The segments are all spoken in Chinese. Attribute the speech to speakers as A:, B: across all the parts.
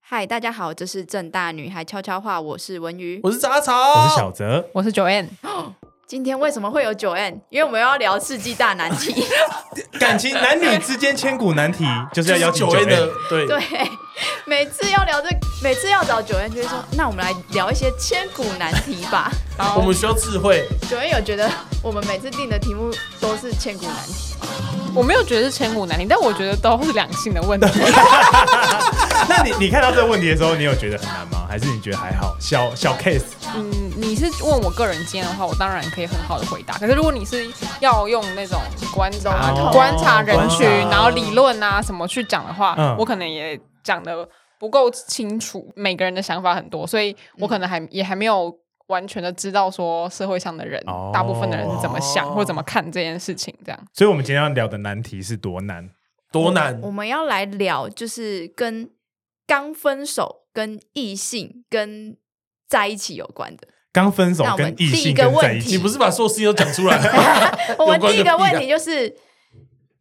A: 嗨，大家好，这是正大女孩悄悄话，我是文瑜。
B: 我是杂草，
C: 我是小泽，
D: 我是九 N，
A: 今天为什么会有九 N？因为我们要聊世纪大难题。
C: 感情男女之间千古 难题，就是要邀请
B: 九
C: 九
B: A 的
C: A。，
B: 对
A: 对，每次要聊这，每次要找九 N 就会说，那我们来聊一些千古难题吧。
B: 我们需要智慧。
A: 九 N 有觉得我们每次定的题目都是千古难题，
D: 我没有觉得是千古难题，但我觉得都是两性的问题。
C: 那你你看到这个问题的时候，你有觉得很难吗？还是你觉得还好？小小 case，
D: 嗯，你是问我个人经验的话，我当然可以很好的回答。可是如果你是要用那种观察、
B: 哦
D: 观察人群，
B: 观察
D: 然后理论啊什么去讲的话，
C: 嗯
D: 我可能也讲的不够清楚。每个人的想法很多，所以我可能还、也还没有完全的知道说社会上的人，
C: 哦
D: 大部分的人是怎么想
B: 哦
D: 或怎么看这件事情。这样，
C: 所以我们今天要聊的难题是多难？
B: 多难
A: 我们要来聊就是跟刚分手、跟异性、跟在一起有关的。
C: 刚分手
A: 那我们
C: 跟异
A: 第一
C: 性
A: 个
C: 跟在
A: 问
C: 一
A: 题
B: 你
C: 起，
B: 不是把所有事情都讲出来？
A: 我们
B: 有关
A: 第一个
B: 个屁啊
A: 问题就是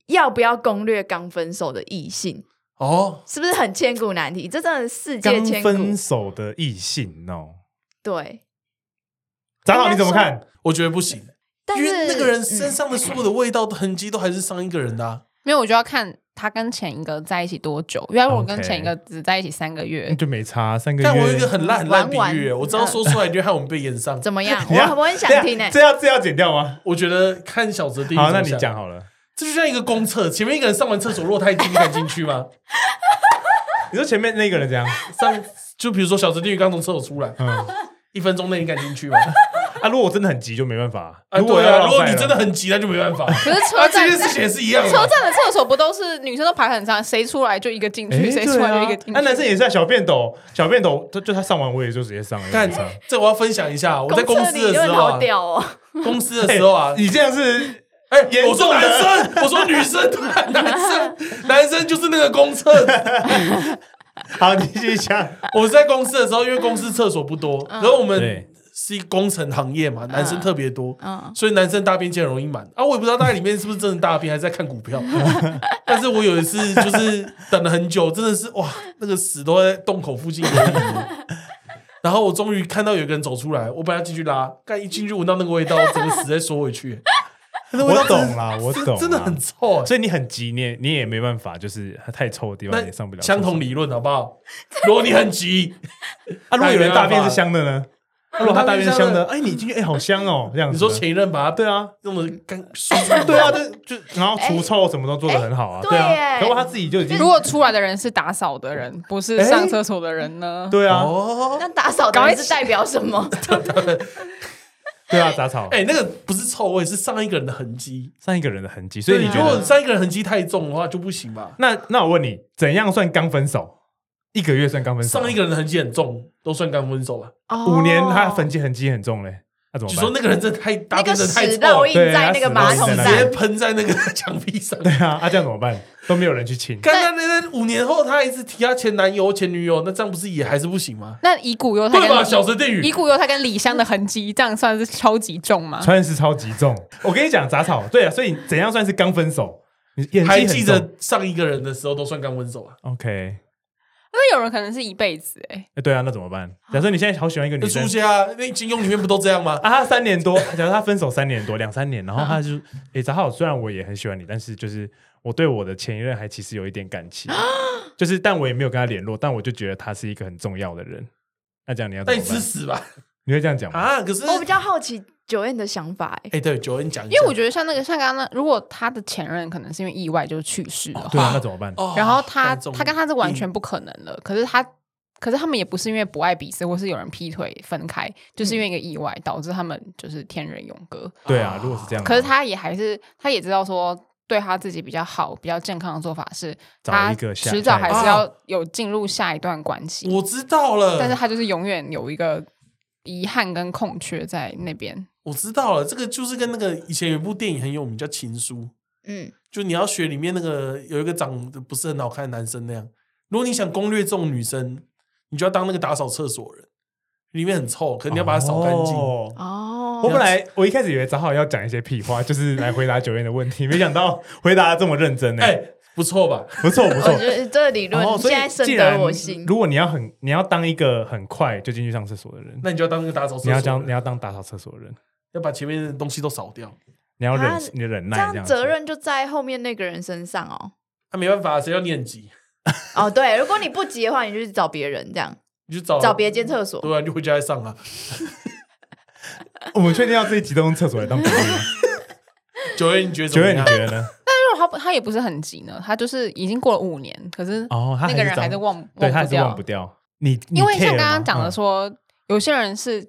A: 要不要攻略刚分手的异性？
B: 哦，
A: 是不是很千古难题？这真的是世界
C: 刚
A: 千
C: 分
A: 古。
C: 手的异性哦。
A: 对，
C: 杂草你怎么看？
B: 我觉得不行，
A: 但
B: 因
A: 是
B: 为那个人身
A: 嗯
B: 上的所有的味道痕迹都还是上一个人的啊。
D: 没有，我就要看他跟前一个在一起多久。因为我跟
C: OK
D: 前一个只在一起三个月
C: 就没差三个月。
B: 但我有一个很烂很烂比
A: 嗯
B: 喻，欸
A: 玩玩
B: 我知道说出来你就害我们被 延上。
A: 怎么样？
C: 等一下
A: 我我很想
C: 等一下
A: 听欸呢。
C: 这要这要剪掉吗？
B: 我觉得看小泽第一，
C: 好，那你讲，好了。
B: 这就像一个公厕，前面一个人上完厕所，落太低，你敢进去吗？
C: 你说前面那个人怎样？
B: 上就比如说小泽地狱刚从厕所出来，
C: 嗯，
B: 一分钟内你敢进去 吗？
C: 啊，如果我真的很急就没办法。
B: 啊，
C: 我
B: 对
C: 要
B: 啊，如果
C: 浪
B: 你
C: 费
B: 真的
C: 了
B: 很急，那就 没办法。
D: 可是
B: 啊，
D: 车
B: 这
D: 站
B: 件事情也是一样的
D: 车
B: 嘛。
D: 站的厕所不都是女生都排很长，谁出来就一个进去，
C: 哎
D: 谁出来就一个进
C: 对
D: 去。
C: 啊啊男生也是啊，小便斗，小便斗，就就他上完我也就直接上了。
B: 看
C: 也没差，
B: 这我要分享一下，我在公
A: 厕
B: 司
A: 理
B: 的时
A: 论
B: 候
A: 好
B: 啊，
A: 屌哦！
B: 公司的时候啊，
C: 你这样是
B: 哎，
C: 严
B: 我说
C: 重的
B: 男生，我说女生，突然男生，男生就是那个公厕。
C: 好，你继 续讲。
B: 我在公司的时候，因为公司厕所不多，然后我们
C: 对
B: 是一工程行业嘛，男生特别多，
A: 嗯，
B: 所以男生大便间容易满啊。我也不知道大概里面是不是真的大便，还是在看股票。 但是我有一次就是等了很久，真的是哇，那个屎都在洞口附近游移。然后我终于看到有一个人走出来，我本来要进去拉，但一进去闻到那个味道，我整个屎再缩回去。那味道
C: 我
B: 啊真的
C: 懂啦，我
B: 真
C: 懂啦，
B: 真的很臭、欸。
C: 所以你很急，你也你也没办法，就是太臭的地方
B: 那
C: 也上不了厕所。
B: 相同理论好不好？如果你很急，
C: 啊，如果有人大便
B: 没办法
C: 是香的呢？啊如果他大便是香
B: 大便
C: 的，
B: 香
C: 哎，你进去，哎，好香哦，这样
B: 你
C: 子。
B: 说前一任把它
C: 对啊，
B: 弄得干，
C: 对啊，就就然后除臭什么都做的很好啊，
A: 哎
C: 对啊。
A: 对耶
C: 然后他自己就已经
D: 如果出来的人是打扫的人，不是上厕所的人呢？
C: 对啊，
B: 哦，
A: 那打扫的人是代表什么？
C: 对啊，杂草。
B: 哎，那个不是臭味，是上一个人的痕迹。
C: 上一个人的痕迹，所以你
B: 对啊
C: 觉
B: 如果
C: 得？
B: 上一个人痕迹太重的话就不行吧？
C: 那那我问你，怎样算刚分手？一个月算刚分手？
B: 上一个人的痕迹很重，都算刚分手吧？
C: 五年，他痕迹痕迹很重嘞，那怎么
B: 就
C: 办？
B: 说那个人真的太大
A: 哦那个
B: 便真的太
A: 屎
B: 臭
A: 烙
B: 了，
A: 印在那个马桶
C: 对
B: 直
C: 啊
B: 接
A: 上，
B: 喷在那个 墙壁上。
C: 对啊，啊这样怎么办？都没有人去清，
B: 刚刚那那五年后，他一直提他前男友、前女友，那这样不是也还是不行吗？
D: 那以古犹太
B: 对吧，
D: 跟
B: 小蛇电
D: 以
B: 语，
D: 古犹太跟李湘的痕迹，这样算是超级重吗？
C: 传染是超级重。我跟你讲，杂草对啊，所以怎样算是刚分手？你演技
B: 还
C: 很
B: 记
C: 重
B: 得上一个人的时候都算刚分手啊？
C: ？OK，
D: 那有人可能是一辈子哎、
C: 哎对啊，那怎么办？假设你现在好喜欢一个女
B: 啊那
C: 生
B: 书家那金庸里面不都这样吗？
C: 啊，她三年多，假如她分手三年多，两三年，然后她就哎杂草，虽然我也很喜欢你，但是就是我对我的前一任还其实有一点感 情，就是但我也没有跟他联络，但我就觉得他是一个很重要的人。那这样你要
B: 那
C: 怎
B: 你
C: 么
B: 吃
C: 办？
B: 屎吧！
C: 你会这样讲吗？
B: 啊，可是
A: 我比较好奇九燕的想法。哎
B: 哎，对，九恩讲一下，
D: 因为我觉得像那个像刚刚那，如果他的前任可能是因为意外就去世的话，
C: 对啊，那怎么办？
B: 哦
D: 然后他
B: 干中
D: 他跟他是
B: 嗯
D: 完全不可能了，可是他可是他们也不是因为不爱彼此，或是有人劈腿分开，就
B: 嗯
D: 是因为一个意外导致他们就是天人永隔。
C: 对啊，如果是这样的话，
D: 可是他也还是他也知道说。对他自己比较好、比较健康的做法是，
C: 找
D: 他
C: 一个下
D: 迟早还
B: 下一
D: 是
B: 个
D: 要有进入下一段关系，
B: 我知道了，
D: 但是他就是永远有一个遗憾跟空缺在那边。
B: 我知道了，这个就是跟那个以前有一部电影很有名叫《情书》，
A: 嗯，
B: 就你要学里面那个有一个长得不是很好看的男生那样。如果你想攻略这种女生，你就要当那个打扫厕所的人，里面很臭，可是你要把它扫干净。
C: 哦
A: 哦，
C: 我本来我一开始以为杂好要讲一些屁话，就是来回答九燕的问题，没想到回答得这么认真呢、欸
B: 哎、不错吧？
C: 不错不
A: 我
C: 错
A: 觉。得这个理论
C: 哦所
A: 现
C: 以
A: 在深
C: 既
A: 得
C: 然
A: 我心。
C: 如果你要很你要当一个很快就进去上厕所的人，
B: 那你就要当那个打扫厕
C: 你要
B: 所
C: 当你
B: 的，
C: 要当打扫厕所的人，
B: 要把前面的东西都扫掉。
C: 你要
A: 啊
C: 忍你忍
A: 这
C: 耐这
A: 样
C: 样
A: 责
C: 子
A: 任就在后面那个人身上哦。
B: 那啊没办法，谁要念急？
A: 哦，对，如果你不急的话，你就去找别人，这样
B: 你就找
A: 找别间厕所。
B: 哦对啊，你就回家再上啊。
C: 我们确定要这一集都用厕所来当比喻吗？
B: 九月你觉得怎
C: 九
B: 么
C: 月你
B: 样？
C: 觉得呢？
D: 但是他不他也不是很急呢，他就是已经过了五年，可是
C: 哦，他
D: 那个人
C: 长
D: 还是忘
C: 对，他还
D: 忘不
C: 是
D: 掉
C: 忘不掉。你你
D: 因为像
C: care
D: 刚刚
C: 吗
D: 讲的
C: 嗯
D: 说，有些人是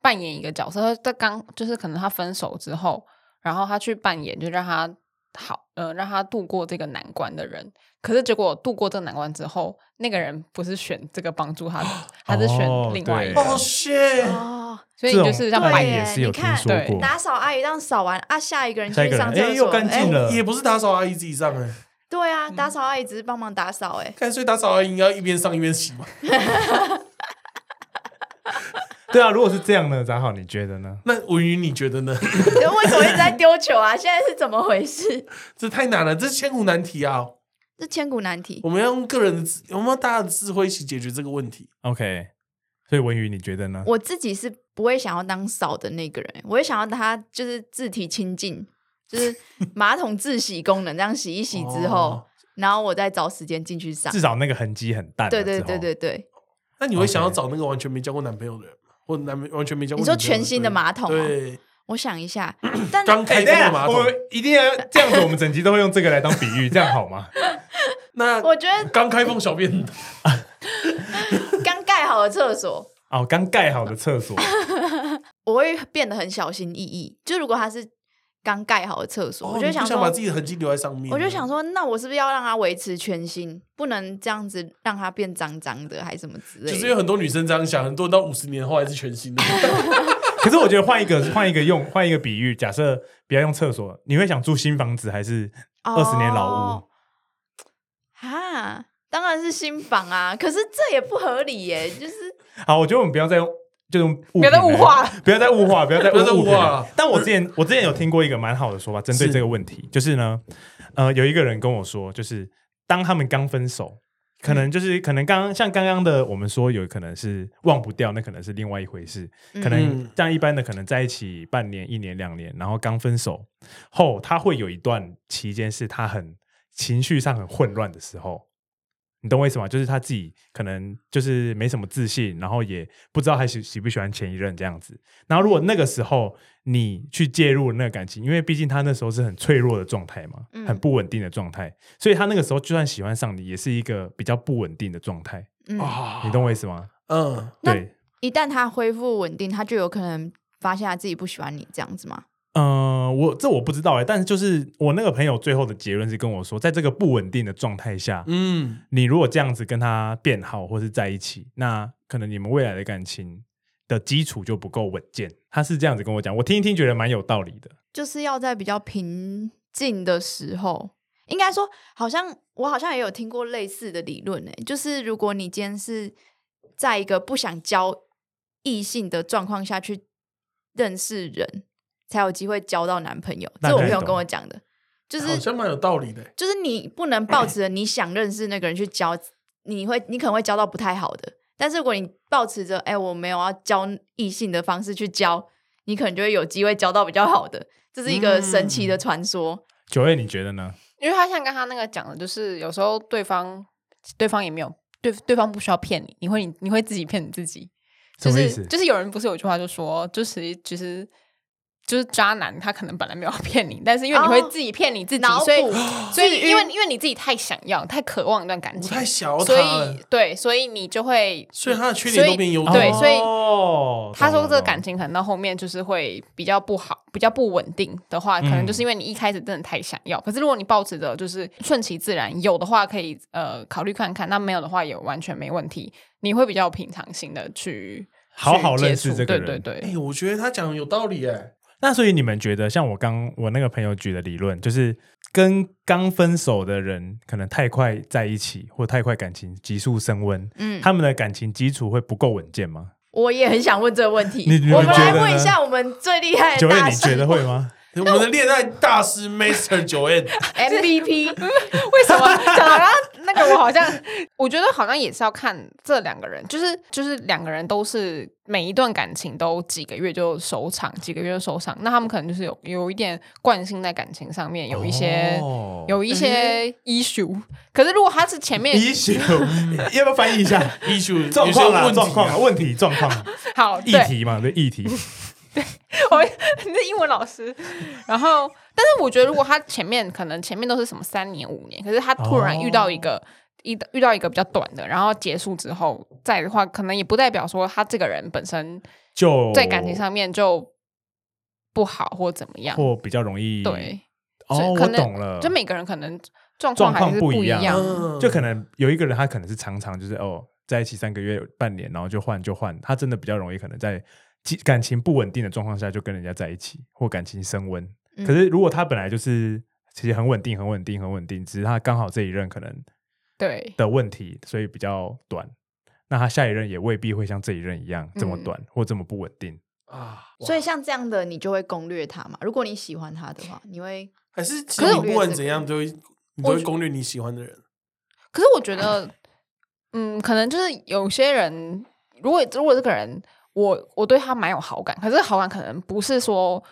D: 扮演一个角色，他在刚就是可能他分手之后，然后他去扮演，就让他好，呃，让他度过这个难关的人。可是结果度过这个难关之后，那个人不是选这个帮助他的，他是选
C: 哦
D: 另外一
C: 对
D: 个，
B: 哦 shit！
A: 哦，
D: 所以
C: 这
D: 你就
C: 种
D: 是
A: 这
D: 像
A: 样
D: 扮
A: 对
D: 演。
A: 耶
C: 也是有
A: 你
C: 听
A: 看
C: 说过，
A: 打扫阿姨让扫完啊，下一个人
C: 下
A: 去
C: 一个人
A: 上厕所，
C: 哎又干净了
B: 哦也不是打扫阿姨自己上哎，
A: 对啊，打扫阿姨只是帮忙打扫，哎，
B: 看所以打扫阿姨应该一边上一边洗嘛。
C: 对啊，如果是这样呢，咋好？你觉得呢？
B: 那文宇你觉得呢？
A: 为什么一直在丢球啊？现在是怎么回事？
B: 这太难了，这是千古难题啊！
A: 这千古难题。
B: 我们要用个人的智，我们要大家的智慧一起解决这个问题。
C: OK，所以文宇你觉得呢？
A: 我自己是不会想要当扫的那个人，我会想要他就是自体清净，就是马桶自洗功能，这样洗一洗之后，
B: 哦
A: 然后我再找时间进去上
C: 至。少那个痕迹很淡了之
A: 对
C: 后。
A: 对对对对，
B: 那你会想要
C: OK
B: 找那个完全没交过男朋友的人吗，或男朋完全没交过
A: 你说
B: 女朋友
A: 全新的
B: 对
A: 马桶哦
B: 对，
A: 我想一 下，但
B: 刚开封
C: 哎，等一
B: 的
C: 下，
B: 马桶
C: 我。们一定要这样子，我们整集都会用这个来当比喻，这样好吗？
B: 那
A: 我觉得
B: 刚开封小便，
A: 刚盖好的厕所，
C: 哦，刚盖 好的厕所，
A: 我会变得很小心翼翼。就如果它是刚盖好的厕所，我
B: 哦你
A: 就
B: 不
A: 想
B: 想
A: 说，
B: 把自己的痕迹留在上面。
A: 我就想，说，那我是不是要让它维持全新，不能这样子让它变脏脏的，还是什么之类的？
B: 就是有很多女生这样想，很多人到五十年后还是全 新的。
C: 可是我觉得换一个换一个用换一个比喻，假设不要用厕所，你会想住新房子还是20年老
A: 屋。哦哈，当然是新房啊，可是这也不合理耶，就是
C: 好，我觉得我们不要再用这种物品
D: 不要再物化
C: 来，不要再物化，不 要再
B: 不要再
C: 物
B: 物化了。
C: 但我之前我之前有听过一个蛮好的说法，针对
B: 是
C: 这个问题，就是呢，呃，有一个人跟我说，就是当他们刚分手。可
B: 嗯
C: 能就是可能刚刚像刚刚的我们说有可能是忘不掉，那可能是另外一回事。可能
B: 嗯
C: 像一般的可能在一起半年、一年、两年，然后刚分手后，他会有一段期间是他很情绪上很混乱的时候，你懂我意思吗？就是他自己可能就是没什么自信，然后也不知道还喜喜不喜欢前一任这样子。然后如果那个时候你去介入那个感情，因为毕竟他那时候是很脆弱的状态嘛，
A: 嗯
C: 很不稳定的状态，所以他那个时候就算喜欢上你，也是一个比较不稳定的状态。
A: 嗯，
B: 啊
C: 你懂我意思吗？
B: 嗯，
A: 哦那
C: 对，
A: 一旦他恢复稳定，他就有可能发现他自己不喜欢你这样子嘛。
C: 嗯、我这我不知道哎、但是就是我那个朋友最后的结论是跟我说，在这个不稳定的状态下，
B: 嗯，
C: 你如果这样子跟他变好或是在一起，那可能你们未来的感情的基础就不够稳健。他是这样子跟我讲，我听一听觉得蛮有道理的。
A: 就是要在比较平静的时候，应该说，好像我好像也有听过类似的理论诶、欸就是如果你今天是在一个不想交异性的状况下去认识人，才有机会交到男朋友。
C: 那
A: 这我
C: 太
A: 朋友
C: 懂
A: 跟我讲的，就是
B: 好像蛮有道理的。
A: 就是你不能抱持着你想认识那个人去交， 你会你可能会交到不太好的。但是如果你抱持着哎、我没有要交异性的方式去交，你可能就会有机会交到比较好的。这是一个神奇
C: 嗯
A: 的传说。
C: 九月你觉得呢？
D: 因为他像刚刚那个讲的，就是有时候对方对方也没有对对方不需要骗你，你会你会自己骗你自己，
C: 什
D: 就
C: 么意
D: 是
C: 思？
D: 就是有人不是有句话就说，就是其实就是渣男，他可能本来没有要骗你，但是因为你会
A: 哦
D: 自己骗你自己，
A: 脑
D: 所以
A: 补
D: 所
A: 自
D: 以
A: 愈
D: 因为因为你自己太想要、太渴望一段感
B: 我
D: 情，
B: 太小他
D: 所
B: 了
D: 以，对，所以你就会
B: 所以他的缺点都变优点。
D: 对所以
C: 哦
D: 他说
C: 懂了
D: 这个
C: 懂了
D: 感情可能到后面就是会比较不好，比较不稳定的话，可
C: 嗯
D: 能就是因为你一开始真的太想要。可是如果你抱持着就是顺其自然，有的话可以呃考虑看看，那没有的话也完全没问题。你会比较有平常心的去
C: 好好
D: 去接
C: 认识
D: 触
C: 这个人
D: 对对对，
B: 哎，我觉得他讲的有道理哎。
C: 那所以你们觉得，像我刚我那个朋友举的理论，就是跟刚分手的人可能太快在一起，或太快感情急速升温，
A: 嗯，
C: 他们的感情基础会不够稳健吗？
A: 我也很想问这个问题。
C: 你你们
A: 我们来
C: 觉得呢
A: 问一下我们最厉害
C: 九
A: 的
C: 月，
A: 大
C: 你
A: 师，
C: 觉得会吗？
B: 我们的恋爱大师 Master 九 N，
A: MVP
D: 为什么讲到那个？我好像我觉得好像也是要看这两个人，就是就是两个人都是每一段感情都几个月就收场，几个月就收场。那他们可能就是有有一点惯性在感情上面，有一些、
C: 哦
D: 有一些 issue。可是如果他是前面
C: issue，要不要翻译一下？
B: 艺术
C: 状况啦，
B: 有些
C: 状
B: 问
C: 况啦，
B: 题啊
C: 问题状况啦，
D: 好
C: 议
D: 啊 对，
C: 题嘛，对议题。
D: 我 你是英文老师，然后但是我觉得如果他前面可能前面都是什么三年五年，可是他突然遇到一
C: 哦
D: 个。一遇到一个比较短的，然后结束之后再的话，可能也不代表说他这个人本身
C: 就
D: 在感情上面就不好或怎么样。
C: 或比较容易
D: 对，所以
C: 哦，
D: 可
C: 我
D: 能
C: 懂了，
D: 就每个人可能状况还
C: 状
D: 是
C: 况不
D: 一
C: 一样
B: 啊
D: 样。
C: 就可能有一个人他可能是常常就是哦在一起三个月半年，然后就换就换，他真的比较容易可能在既感情不稳定的状况下就跟人家在一起，或感情升温。
A: 嗯
C: 可是如果他本来就是其实很稳定、很稳定、很稳定，只是他刚好这一任可能
D: 对，
C: 的问题，所以比较短。那他下一任也未必会像这一任一样这么
D: 嗯
C: 短、或这么不稳定。
B: 啊，哇
A: 所以像这样的，你就会攻略他嘛？如果你喜欢他的话，你会
B: 还是其
D: 可
B: 实你
D: 是我
B: 不管怎样，都会你都
D: 我
B: 会攻略你喜欢的人。
D: 可是我觉得，嗯，可能就是有些人，如果如果这个人，我我对他蛮有好感，可是好感可能不是说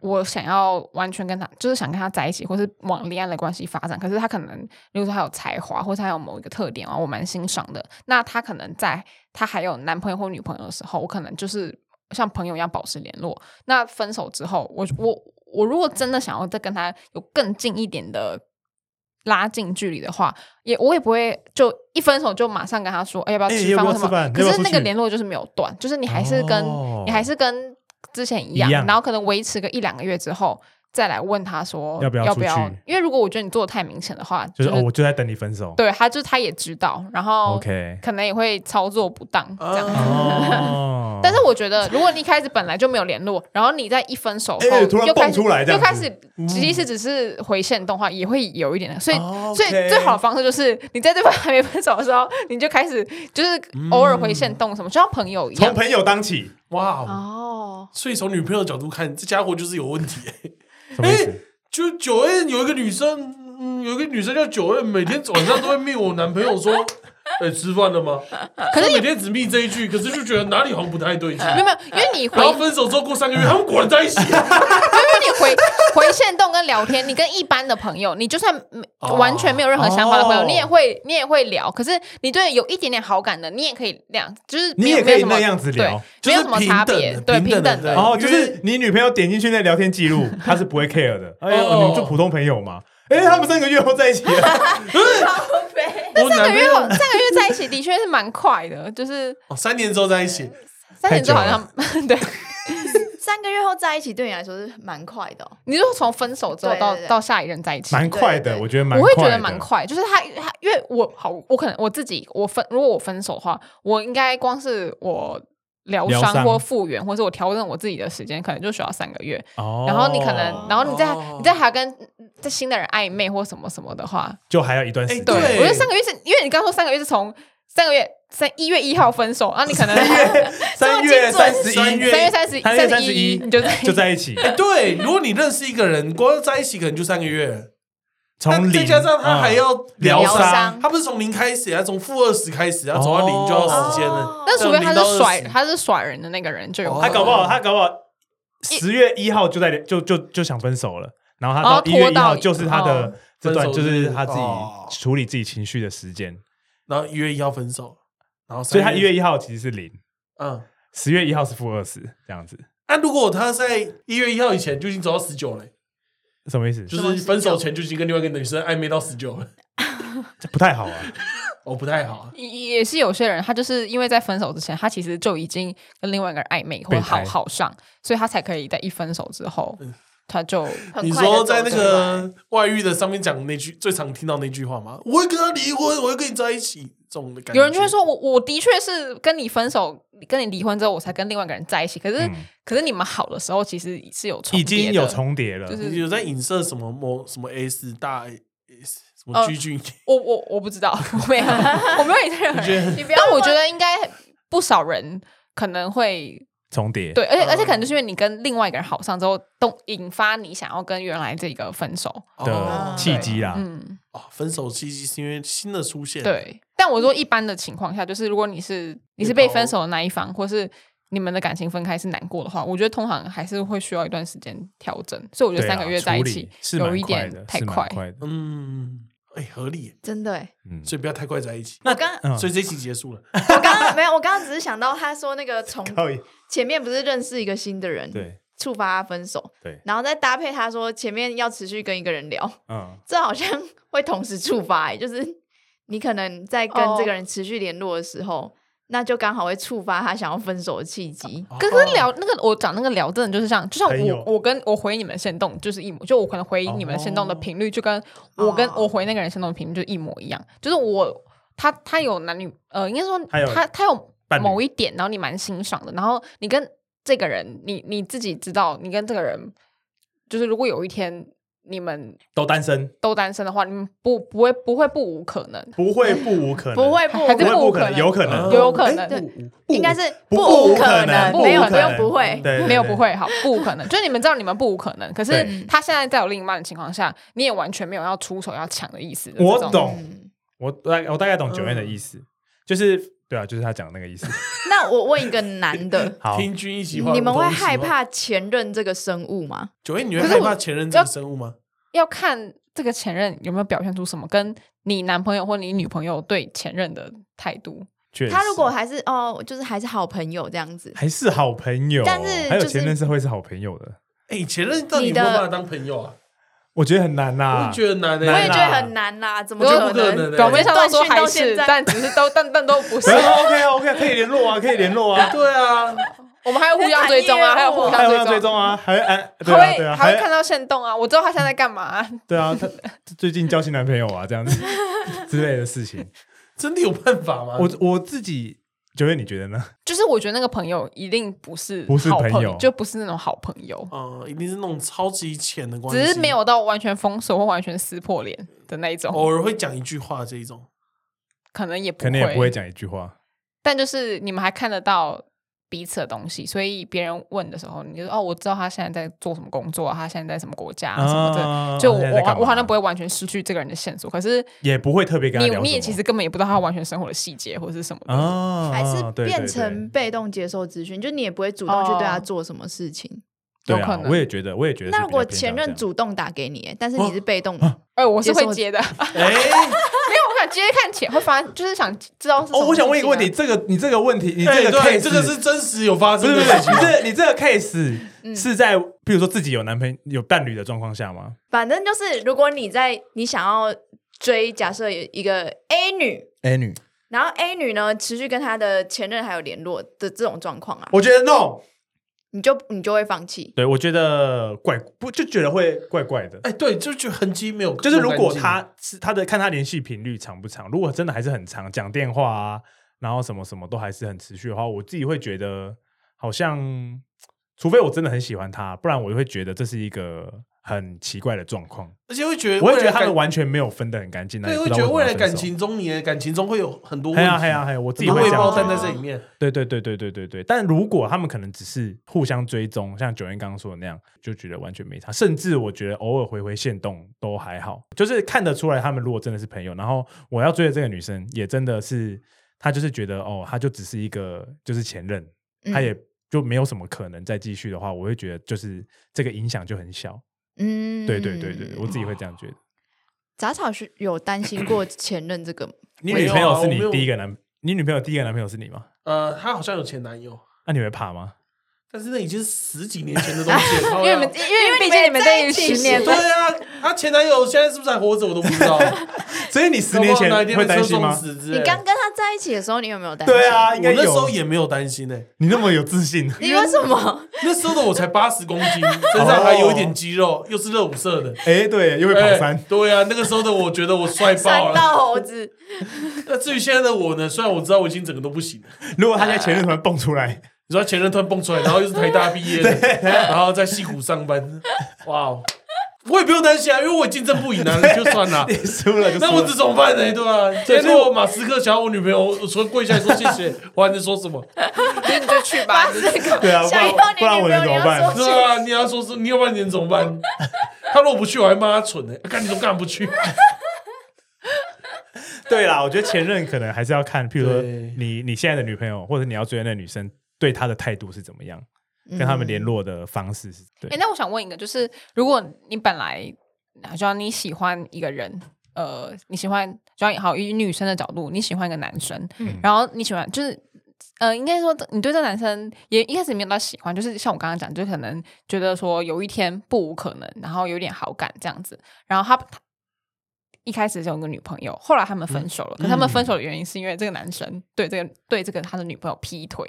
D: 我想要完全跟他，就是想跟他在一起，或是往恋爱的关系发展。可是他可能，比如说他有才华，或是他有某一个特点啊，我蛮欣赏的。那他可能在他还有男朋友或女朋友的时候，我可能就是像朋友一样保持联络。那分手之后，我我我如果真的想要再跟他有更近一点的拉近距离的话，也我也不会就一分手就马上跟他说，哎、要不要
C: 哎
D: 吃
C: 要
D: 饭
C: 不要
D: 或什
C: 吃饭
D: 么？可
C: 要不
D: 是
C: 要
D: 那
C: 出
D: 个
C: 去
D: 联络就是没有断，就是你还是跟、
C: 哦
D: 你还是跟之前一样，
C: 一样
D: 然后可能维持个一两个月之后。再来问他说
C: 要不要
D: 要不
C: 出
D: 要
C: 去？
D: 因为如果我觉得你做的太明显的话，
C: 就是、
D: 是
C: 哦，我就在等你分手。
D: 对哦他就是他也知道，然后
C: OK
D: 可能也会操作不当这样。
B: 啊
C: 哦
D: ，但是我觉得，如果你一开始本来就没有联络，然后你在一分手后、
C: 哎突然
D: 又开
C: 蹦
D: 始
C: 出来这
D: 又
C: 样
D: 开
C: 子嗯
D: 始，即使只是回线动画，也会有一点的。所以，
B: 哦
D: 所以
B: OK
D: 最好的方式就是你在对方还没分手的时候，你就开始就是偶尔回线动什么，就像朋友一
C: 从
D: 样。
C: 朋友当起，
B: 哇哦，
C: 嗯
A: 哦，
B: 所以从女朋友的角度看，这家伙就是有问题。
C: 什么意
D: 哎
C: 思？
B: 就九 N 有一个女生，嗯，有一个女生叫九 N，每天晚上都会密我男朋友 说：“哎、吃饭了吗？”可是每天只密这一句，可是就觉得哪里好像不太对劲。
D: 没 有没有，因为你回
B: 然后分手之后过三个月，他们果然在一起。
D: 因为你回回线动跟聊天，你跟一般的朋友，你就算没
B: 哦
D: 完全没有任何想法的朋友，
C: 哦
D: 你也会你也会聊。可是你对有一点点好感的，你也可以那样，就是
C: 你
D: 没有
C: 也可以
D: 没有什么
C: 那样子聊
D: 对，没有什么差
B: 就是平
D: 别，
B: 等的
D: 对
B: 平等的
D: 等
B: 对
C: 哦，就
B: 就是
C: 是你女朋友点进去那聊天记 录，她是不会 care 的。哎呦，
B: 哦
C: 你们就普通朋友嘛。哎，他们三个月后在一起了，
B: 我哦男朋
D: 上个月
B: 友
D: 上个月在一起的确是蛮快的，就是
B: 哦，三年之后在一起，
D: 三年之后好
C: 太久
D: 像 对，
A: 三个月后在一起对你来说是蛮快的、哦，
D: 你就从分手之后到
A: 对对对
D: 到下一任在一起，
C: 蛮快
A: 对
C: 的，
A: 对
C: 我觉得蛮
D: 我
C: 快
D: 会
C: 的，
D: 觉得蛮快，就是他他，因为我好，我可能我自己我分，如果我分手的话，我应该光是我疗
C: 疗
D: 伤
C: 伤
D: 或复原，或者我调整我自己的时间，可能就需要三个月。
C: 哦。
D: 然后你可能，然后你再
B: 哦
D: 你再还要跟这新的人暧昧或什么什么的话，
C: 就还要一段时
B: 哎
C: 间，
B: 对
D: 我觉得三个月是因为你刚说三个月是从三个月三一月一号分手，然后你可能三
C: 三月
D: 这么
C: 三
D: 精
B: 准
C: 十一，
B: 三月
D: 月三十
C: 三月
D: 三
C: 三十一
D: 你就在
C: 就在一起，
B: 哎、对，如果你认识一个人，光在一起可能就三个月，
C: 从
B: 但
C: 零
B: 再加上他还要疗
C: 疗
A: 伤
B: 他不是从零开始，他从负二十开始，他走到零就要时间了。
D: 但除非他
B: 这样零到
D: 是甩
B: 20
D: 他是甩人的那个人就有
B: 哦
C: 他搞不好他搞不好
D: 一
C: 十月一号就在就就就想分手了，然后他
D: 哦
C: 到
D: 拖
C: 一月一
D: 到
C: 号就是他
D: 哦
C: 的这段
B: 分手
C: 就
B: 日
C: 是他自
B: 哦
C: 己处理自己情绪的时间，
B: 然后一月一号分手，然后三
C: 所以他一月一号其实是零，
B: 嗯。
C: 十月一号是负二十这样子，
B: 那、如果他在一月一号以前就已经走到十九了、
C: 什么意思？
B: 就是分手前就已经跟另外一个女生暧昧到十九了，
C: 这不太好啊。
B: 哦，不太好啊。
D: 也也是有些人，他就是因为在分手之前，他其实就已经跟另外一个人暧昧或
C: 备
D: 者好
C: 胎
D: 好上，所以他才可以在一分手之后，他就
A: 很
B: 你
A: 快地
B: 说在
A: 走
B: 那
A: 出来
B: 个外遇的上面讲那句最常听到那句话吗？我会跟他离婚，我会跟你在一起，这种的感觉。
D: 有人就会说我我的确是跟你分手，跟你离婚之后，我才跟另外一个人在一起。可是、可是你们好的时候，其实是有重
C: 已
D: 叠
C: 经
D: 的
C: 有重叠了，
D: 就是
B: 你有在影射什么某什么 S 大 S 什么
D: 哦
B: G 君？
D: 我我我不知道，我没有， 我没有以这任何
B: 我觉
D: 人。
B: 得
A: 你不要
D: 但我
A: 问
D: 觉得应该不少人可能会
C: 重叠。
D: 对，而且而且
B: 嗯
D: 可能就是因为你跟另外一个人好上之后，动引发你想要跟原来这个分手。
B: 哦
C: 的契机啦，
D: 嗯，
B: 啊，分手契机是因为新的出现，，
D: 对。但我说一般的情况下，就是如果你是你是被分手的那一方，或是你们的感情分开是难过的话，我觉得通常还是会需要一段时间调整。所以我觉
C: 对
D: 得
C: 啊
D: 三个月在一
C: 处
D: 起
C: 理是
D: 有
C: 蛮
D: 一
C: 快
D: 点
C: 的，
D: 太
C: 是蛮
D: 快。
C: 快的。
B: 嗯，哎，合理耶，
A: 真的欸。
C: 嗯，
B: 所以不要太快在一起。
A: 我刚
C: 嗯
B: 所以这一期结束了，
A: 我刚刚没有，我刚刚只是想到他说那 个从
C: 靠一
A: 前面不是认识一个新的人，，
C: 对
A: 触发他分手，
C: 对，
A: 然后再搭配他说前面要持续跟一个人聊，
C: 嗯，
A: 这好像会同时触发、欸，就是你可能在跟
D: 哦
A: 这个人持续联络的时候，那就刚好会触发他想要分手的契机。
C: 哦
D: 啊可
B: 哦
D: 是聊那个，我讲那个聊真的就是这样，就像
C: 朋友哦
D: 我我跟我回你们先动就是一模，就我可能回你们先动的频率，就跟我跟
A: 哦
D: 我回那个人先动的频率就一模一样。就是我他他有男女呃，应该说
C: 他有
D: 他他有
C: 伴侣
D: 某一点，然后你蛮欣赏的，然后你跟这个人，你你自己知道，你跟这个人，就是如果有一天你们
C: 都单身，
D: 都单身的话，你们不不会不会不无可能，
C: 不会不无可能，
A: 不会不
D: 还
C: 不
D: 是
C: 会
D: 不
C: 不
D: 无
C: 可
D: 可
C: 能，
D: 能
C: 有可能，
D: 有可能
B: 哎不
A: 应该是
C: 不
A: 无可
C: 能，嗯
A: 没有
C: 无可
A: 不用
C: 能
A: 不会。
C: 对，对
D: 没有
C: 对
D: 不会好，不可能。就是你们知道你们不可能，可
C: 对
D: 是他现在在有另一半的情况下，你也完全没有要出手要抢的意思。
C: 我
D: 这种
C: 懂
A: 嗯
C: 我大我大概懂九月的
B: 嗯
C: 意思，就是对啊，就是他讲的那个意思。
A: 那我问一个男的
C: ，好，
B: 听君一席话，
A: 你们会
B: 同一席话
A: 害？怕前任这个生物吗？
B: 九月，你会
D: 可是
B: 害
D: 我
B: 怕前任这个生物吗？
D: 要看这个前任有没有表现出什么，跟你男朋友或你女朋友对前任的态度。
C: 确实
A: 他如果还是哦，就是还是好朋友这样子，
C: 还是好朋友，
A: 但是
C: 还有
A: 就是
C: 前任是会是好朋友的，
B: 哎，前任到
A: 你
B: 底有没
A: 的
B: 有办法当朋友啊？
C: 我觉得很啊难
B: 我
C: 呐
B: 也。觉得难
A: 我也
B: 哎
A: 觉。得很难啦，怎么
D: 我觉得
A: 可
B: 不可能
A: 能？
B: 对
D: 表面上都说还
A: 断讯到
D: 是，
A: 现在
D: 但只是都但但都不 是
C: 没。有 OK 啊 OK，可以联络啊，可以 联络啊，
B: 对啊，
D: 我们还有互相追踪啊，还有互
C: 还有
D: 相
C: 要追
D: 追踪。
C: 踪啊，还哎对
D: 还
C: 啊对
D: 会
C: 啊，
D: 还会看
C: 还
D: 到线动啊，我知道他现在在干嘛啊。
C: 对啊，他最近交新男朋友啊，这样子之类的事情。
B: 真的有办法吗？
C: 我我自己九月你觉得呢？
D: 就是我觉得那个朋友一定不是
C: 不是
D: 好
C: 朋友
D: 就不是那种好朋友。
B: 嗯，一定是那种超级浅的关系，
D: 只是没有到完全封锁或完全撕破脸的那一种，
B: 偶尔会讲一句话这一种。
D: 可能也不
C: 哦可能也不会讲一句话。
D: 但就是你们还看得到彼此的东西，所以别人问的时候，你就说哦，我知道他现在在做什么工作啊，他现在在什么国家、啊、什么的。
C: 啊
D: 就我
C: 现在在干嘛
D: 我我好像不会完全失去这个人的线索，可是
C: 也不会特别跟他
D: 你
C: 聊什么。
D: 你也其实根本也不知道他完全生活的细节或者是什么的。
C: 啊，
A: 还是
C: 对对
A: 变
C: 对
A: 成被动接受资讯，就你也不会主动去对他
D: 哦
A: 做什么事情。
C: 对
D: 有
C: 啊
D: 可能
C: 我也觉得，我也觉得是比
A: 那
C: 较
A: 如
C: 偏向这样。
A: 果前
C: 哦啊
A: 任主动打给你，欸但是你是被动，
D: 哎、 我是会接的，没
B: 哎，
D: 有，我想接看起来会发，就是想知道是什么
C: 哦，我想问一个问
D: 事
C: 题，
D: 情啊，
C: 这个你这个问题，你
B: 哎
C: 这个
B: 对
C: case
B: 这个是真实有发
C: 不
B: 生
C: 是
B: 的
C: 不是不
B: 事情啊
C: 是，你
B: 吗。
C: 这你这个
A: 嗯
C: case 是在比如说自己有男朋友有伴侣的状况下吗？
A: 反正就是如果你在你想要追，假设有一个 A 女，
C: 哎，女，
A: 然后 A 女呢持续跟她的前任还有联络的这种状况啊，
C: 我觉得 no，
A: 你就你就会放弃。
C: 对我觉得怪不就觉得会怪怪的。
B: 哎，对，就觉得痕迹没有，
C: 就是如果他是他的看他联系频率长不长，如果真的还是很长，讲电话啊，然后什么什么都还是很持续的话，我自己会觉得好像，除非我真的很喜欢他，不然我会觉得这是一个很奇怪的状况。
B: 而且会觉得
C: 我
B: 未
C: 会
B: 来
C: 觉
B: 感，
C: 得他们完全没有分得很干净，那
B: 对，
C: 也不
B: 会
C: 知道
B: 觉得未
C: 为
B: 来
C: 什么要
B: 感
C: 分手。啊
B: 情中，你的感情中会有很多
C: 还
B: 问
C: 有
B: 题，
C: 还有还有，我自
B: 很
C: 己
B: 多
C: 会
B: 未
C: 这
B: 爆
C: 样
B: 弹在
C: 觉
B: 这
C: 得。
B: 里面。
C: 对对对对对对对，但如果他们可能只是互相追踪，像九恩刚刚说的那样，就觉得完全没差。甚至我觉得偶尔回回线动都还好，就是看得出来他们如果真的是朋友，然后我要追的这个女生也真的是，她就是觉得哦，她就只是一个就是前任，
A: 嗯
C: 她也就没有什么可能再继续的话，我会觉得就是这个影响就很小。
A: 嗯
C: 对对对对，我自己会这样觉
B: 哦
C: 得。
A: 杂草是有担心过前任这个吗？
C: 你
B: 没
C: 女
B: 有
C: 朋
B: 啊
C: 友是
B: 我没有
C: 你第一个男，你女朋友第一个男朋友是你吗？
B: 呃，他好像有前男友，
C: 那、你会怕 吗？
B: 但是那已经是十几年前的东西了。
D: 啊因为你们因为毕竟你们在一起十年
B: 对，啊，他前男友现在是不是还活着，我都不知道。
C: 所以你 十年前
B: 搞不好哪一天
C: 会担心
B: 车
C: 吗
B: 撞？死之类
A: 你
B: 的
A: 刚跟他在一起的时候，你有没有担心？
C: 对，啊，
B: 我
C: 应该
B: 那时候
C: 有。
B: 也没有担心呢、
C: 你那么有自信，
A: 你为什么？
B: 那时候的我才八十公斤，身上还有一点肌肉，又是热舞社的。
C: 哎，对，哦又会跑山
B: 哎，对啊，那个时候的我觉得我帅 爆
A: 三
B: 了。
A: 道猴子，
B: 那至于现在的我呢？虽然我知道我已经整个都不行了，
C: 如果他在前任突然蹦 出来，
B: 你说他前任突然蹦出来，然后又是台大毕业的，然后在戏谷上班，哇哦！我也不用担心啊，因为我竞争不赢啊，那就算了
C: 你。输了就
B: 那
C: 输
B: 我
C: 了
B: 只怎么办呢？对啊吧？今天如果马斯克想要我女朋友，我除了跪下来说谢谢，我还能说什么？
D: 你就去吧，你就去吧
C: 对啊，不
A: 想
C: 然
A: 要你
C: 不然我能
A: 女
C: 怎
A: 朋友
C: 么办？
A: 说
B: 是啊，你要说是，你要不然你能怎么办？他如果不去，我还骂他蠢呢、看你都干嘛不去？
C: 对啦，我觉得前任可能还是要看，譬如说
B: 对
C: 你你现在的女朋友，或者你要追的那女生，对她的态度是怎么样，
A: 嗯
C: 跟他们联络的方式是对
D: 哎、。那我想问一个，就是如果你本来好像你喜欢一个人，呃，你喜欢，就像好以女生的角度，你喜欢一个男生，
C: 嗯
D: 然后你喜欢就是。呃，应该说你对这男生也一开始没有到喜欢，就是像我刚刚讲，就可能觉得说有一天不无可能，然后有点好感这样子。然后他他一开始就有个女朋友，后来他们
C: 嗯
D: 分手了。可是他们分手的原因是因为这个男生对这个对这个他的女朋友劈腿，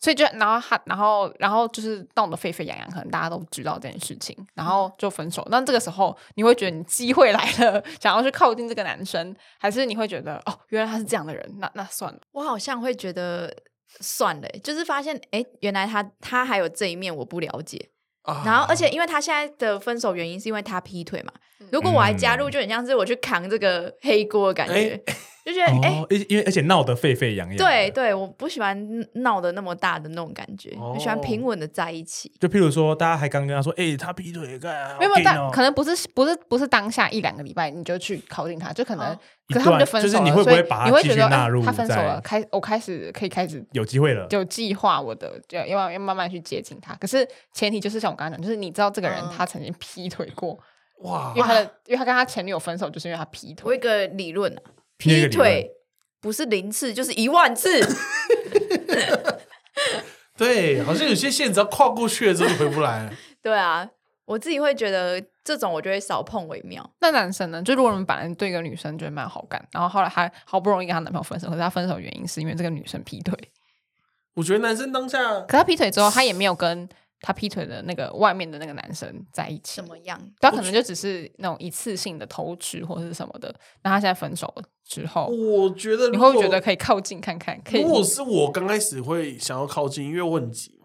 D: 所以就然后他然后然后就是闹得沸沸扬扬，可能大家都知道这件事情，然后就分手。那这个时候你会觉得你机会来了，想要去靠近这个男生，还是你会觉得哦，原来他是这样的人，那那算了。
A: 我好像会觉得算了欸、就是发现哎、诶原来他他还有这一面我不了解。
B: 啊
A: 然后，而且因为他现在的分手原因是因为他劈腿嘛，如果我还加
C: 嗯
A: 入，就很像是我去扛这个黑锅的感觉，就觉得哎、诶
C: 哦，因因为而且闹得沸沸扬扬，
A: 对，对，我不喜欢闹得那么大的那种感觉，
B: 哦
A: 我喜欢平稳的在一起。
C: 就譬如说大家还刚跟他说，哎，他劈腿，干，
D: 没有
C: 好，劲
D: 但
C: 哦
D: 可能不是不是不是当下一两个礼拜你就去靠近他，就可能，
A: 哦
D: 可是他们就分手了，
C: 一段就是你会不
D: 所以
C: 会把他
D: 你会
C: 继
D: 觉
C: 续
D: 得、
C: 纳
D: 嗯
C: 入
D: 他分手
C: 在
D: 了，开我开始可以开始
C: 有机会了，
D: 就计划我的，就要要慢慢去接近他。可是前提就是像我刚刚讲，就是你知道这个人
A: 嗯
D: 他曾经劈腿过，
B: 哇
D: 因为，他的因为他跟他前女友分手，就是因为他劈
A: 我有
D: 腿
A: 一。个理论、啊，
C: 你有
A: 劈
C: 一个理论
A: 腿不是零次就是一万次，
B: 对，好像有些线只要跨过去了之后就回不来了。
A: 对啊，我自己会觉得这种我就会少碰为妙。
D: 那男生呢？就如果我们本来对一个女生觉得蛮有好感，然后后来她好不容易跟她男朋友分手，可是她分手原因是因为这个女生劈腿，
B: 我觉得男生当下
D: 可她劈腿之后，她也没有跟她劈腿的那个外面的那个男生在一起
A: 怎，么样？
D: 他可能就只是那种一次性的偷吃或者是什么的。那他现在分手了之后，
B: 我觉得
D: 你
B: 如果
D: 会不会觉得可以靠近看看？可以
B: 如果是我刚开始会想要靠近，因为我很急嘛。
D: 哦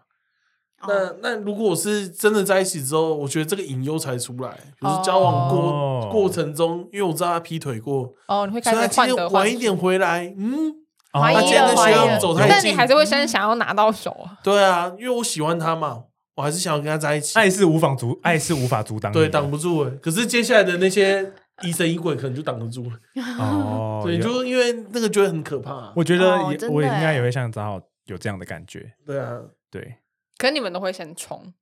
B: 那那如果我是真的在一起之后，我觉得这个隐忧才出来，就是交往过、
C: 哦
B: 过程中，因为我知道他劈腿过，
D: 哦，你会
B: 所
D: 开
B: 以他
D: 始
B: 今
D: 患
B: 天
D: 得患
B: 晚
D: 失
B: 一点回来，嗯，
C: 哦
A: 怀疑
B: 他
A: 了
B: 今天跟学
A: 怀疑了
B: 校走太近，
D: 但你还是会先想要拿到手啊。
B: 对啊，因为我喜欢他嘛，我还是想要跟他在一起，
C: 爱是无法阻，爱是无法阻挡你的，
B: 对，挡不住哎、可是接下来的那些疑神疑鬼可能就挡得住了，
C: 哦，
B: 对，
C: 有
B: 就因为那个觉得很可怕、啊
C: 我觉得
A: 哦
C: 也
A: 真的
C: 我也应该
A: 耶
C: 也会像张浩有这样的感觉，
B: 对啊，
C: 对，
D: 可是你们都会先冲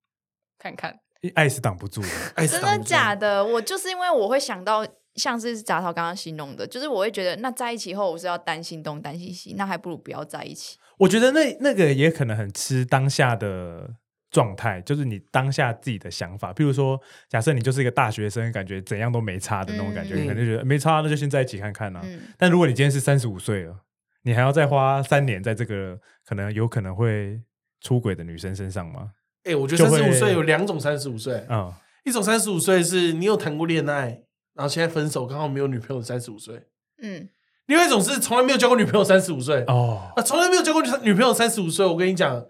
D: 看看，
C: 爱是挡不住的，
B: 爱是
A: 真
B: 挡
A: 的
B: 不住
A: 假的？我就是因为我会想到，像是杂草刚刚形容的，就是我会觉得，那在一起后我是要担心东担心西，那还不如不要在一起。
C: 我觉得那那个也可能很吃当下的状态，就是你当下自己的想法。譬如说，假设你就是一个大学生，感觉怎样都没差的那种感觉，
A: 嗯
C: 你可能就觉得没差，那就先在一起看看啊。
A: 嗯，
C: 但如果你今天是三十五岁了，你还要再花三年在这个可能有可能会出轨的女生身上吗？
B: 哎、我觉
C: 就
B: 得三十
C: 会
B: 五岁有两种三十五岁，
C: 嗯，
B: 一种三十五岁是你有谈过恋爱，然后现在分手，刚好没有女朋友三十五岁；
A: 嗯，
B: 另外一种是从来没有交过女朋友三十五岁，
C: 哦，
B: 啊，从来没有交过女朋友三十五岁，我跟你讲，